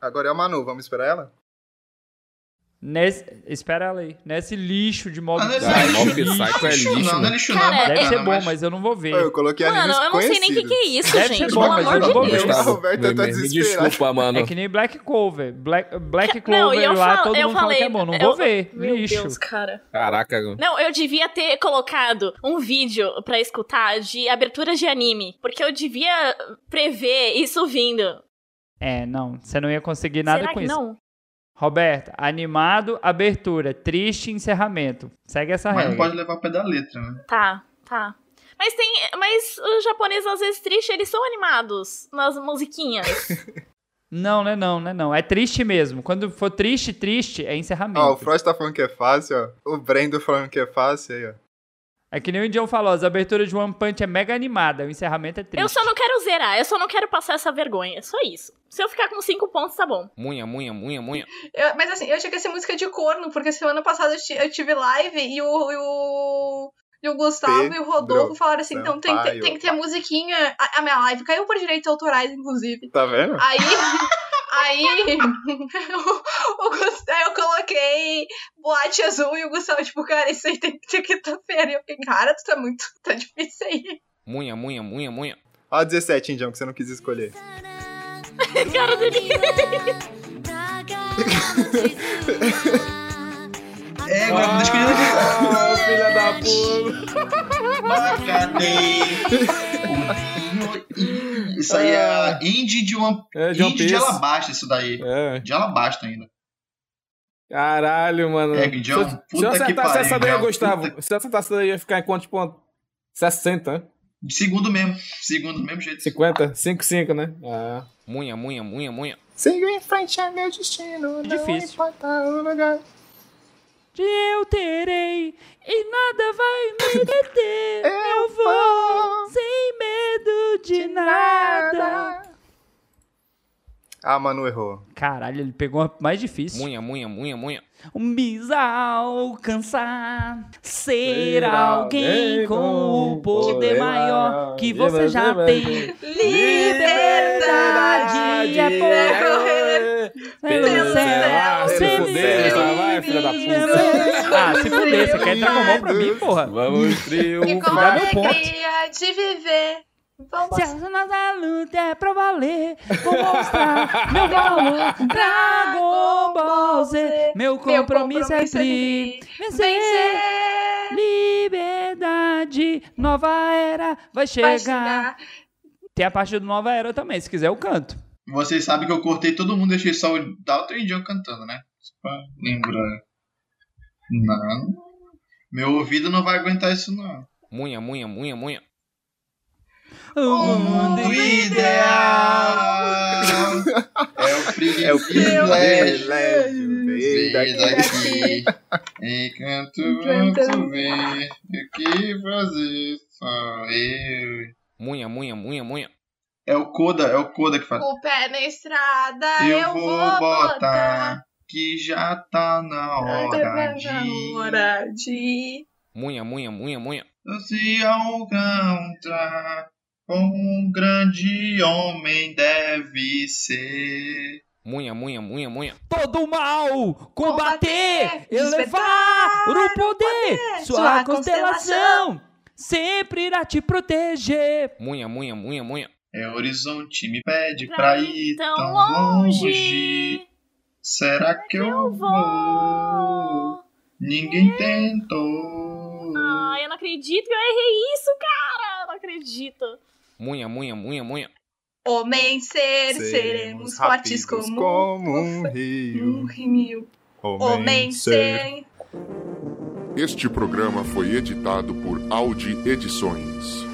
Agora é a Manu, vamos esperar ela? Nesse, espera ela aí. Nesse lixo de Mob Ah, não é Psycho. lixo, Mob não. Psycho é Lixo, lixo, não, não é lixo não, Cara, Deve é- ser não, bom, mas- mas eu não vou ver. É Pô, Eu coloquei Mano, animes eu não sei nem o que, conhecidos. que é isso, Deve gente. ser bom, Pelo mas eu amor Tá não de vou Deus. ver. A Roberta tá Me- me desesperada. desculpa, mano. É que nem Black Clover. Black, Black Não, e Clover eu, lá, falo, todo eu mundo fala falei. que é bom. Não eu vou fa- ver. Meu lixo. Deus, cara. Caraca, Não, eu devia ter colocado um vídeo pra escutar de aberturas de anime. Porque eu devia prever isso vindo. É, não. Você não ia conseguir nada Será com que isso. não? Roberta, animado, abertura. Triste, encerramento. Segue essa Mas não regra. pode levar o pé da letra, né? Tá, tá. Mas tem. Mas os japoneses, às vezes, tristes, eles são animados nas musiquinhas. Não, não é não, não é não. É triste mesmo. Quando for triste, triste, é encerramento. Ah, Ó, o Frost tá falando que é fácil, ó. O Brendo falando que é fácil aí, ó. É que nem o Indião falou, as aberturas de One Punch é mega animada, o encerramento é triste. eu só não quero zerar, eu só não quero passar essa vergonha. Só isso. Se eu ficar com cinco pontos, tá bom. Munha, munha, munha, munha. Eu- mas assim, eu achei que ia ser música de corno, porque semana passada eu, ti- eu tive live e o. e o... e o Gustavo Pedro e o Rodolfo falaram assim: então tem, que- Sampaio. tem que ter musiquinha. A, a minha live caiu por direitos autorais, inclusive. Tá vendo? Aí. Aí. o, o Gus- aí eu coloquei boate azul e o Gustavo, tipo, cara, isso aí tem que ter quinta-feira. E eu fiquei, cara, tu tá muito. Tá difícil aí. Munha, munha, munha, munha. Ó, 17, Indião, que você não quis escolher. Cara do É, agora não deixa que Ah, filha da puta! Cadê? Isso aí é indie de uma. Ah. É, de One Indie de Piece. alabasta, isso daí. É. De alabasta ainda. Caralho, mano. É, Guidião, se, eu- se puta que eu acertasse pariu, um essa daí, Guidião, Gustavo, se eu acertasse essa daí, ia ficar em quantos pontos? 60, né? De segundo mesmo. Segundo do mesmo jeito. 50? 5, 5, né? Ah. Munha, munha, munha, munha. Sigo em frente ao meu destino, Difícil. não importa o lugar. Eu terei e nada vai me deter. Eu vou sem medo de nada. Ah, Manu errou. Caralho, ele pegou uma mais difícil. Munha, munha, munha, munha. Um bis alcançar ser Ser alguém alguém com o com poder poder maior maior que que você você já vai tem. ter. Liberdade é poder. Pelo céu, se fuder, só vai, filha da puta. Ah, se fuder, você quer Dragon Ball pra mim, porra? Vamos E com triunfar. a dá meu ponto. alegria de viver. Vamos Se a nossa luta é pra valer, vou mostrar meu valor. Dragon Ball Z, meu compromisso é sempre vencer. vencer. Liberdade, nova era vai Vai chegar. Tem a parte do Nova Era também, se quiser eu canto. Vocês sabem que eu cortei todo mundo, deixei só o Dalton e o John cantando, né? Só pra lembrar. Não. Meu ouvido não vai aguentar isso, não. Munha, munha, munha, munha. O mundo ideal é o É o privilégio Vem daqui. daqui. Enquanto muito ver o que fazer só eu. Munha, munha, munha, munha. É o Koda, é o Koda que fala. O pé na estrada Ah, Eu, eu, vou botar, que já tá na hora de hora de. Munha, munha, munha, munha. se alcançar como um grande homem deve ser. Munha, munha, munha, munha. Todo mal combater, elevar despertar o poder. Sua Sua constelação sempre irá te proteger. Munha, munha, munha, munha. É horizonte, me pede pra, ir tão tão, longe. longe. Será que eu vou? Ninguém tentou. Ai, eu não acredito que eu errei isso, cara! Eu não acredito. Munha, munha, munha, munha. Homem ser, seremos, fortes como, como um rio. um rio. Homem ser. Este programa foi editado por Audi Edições.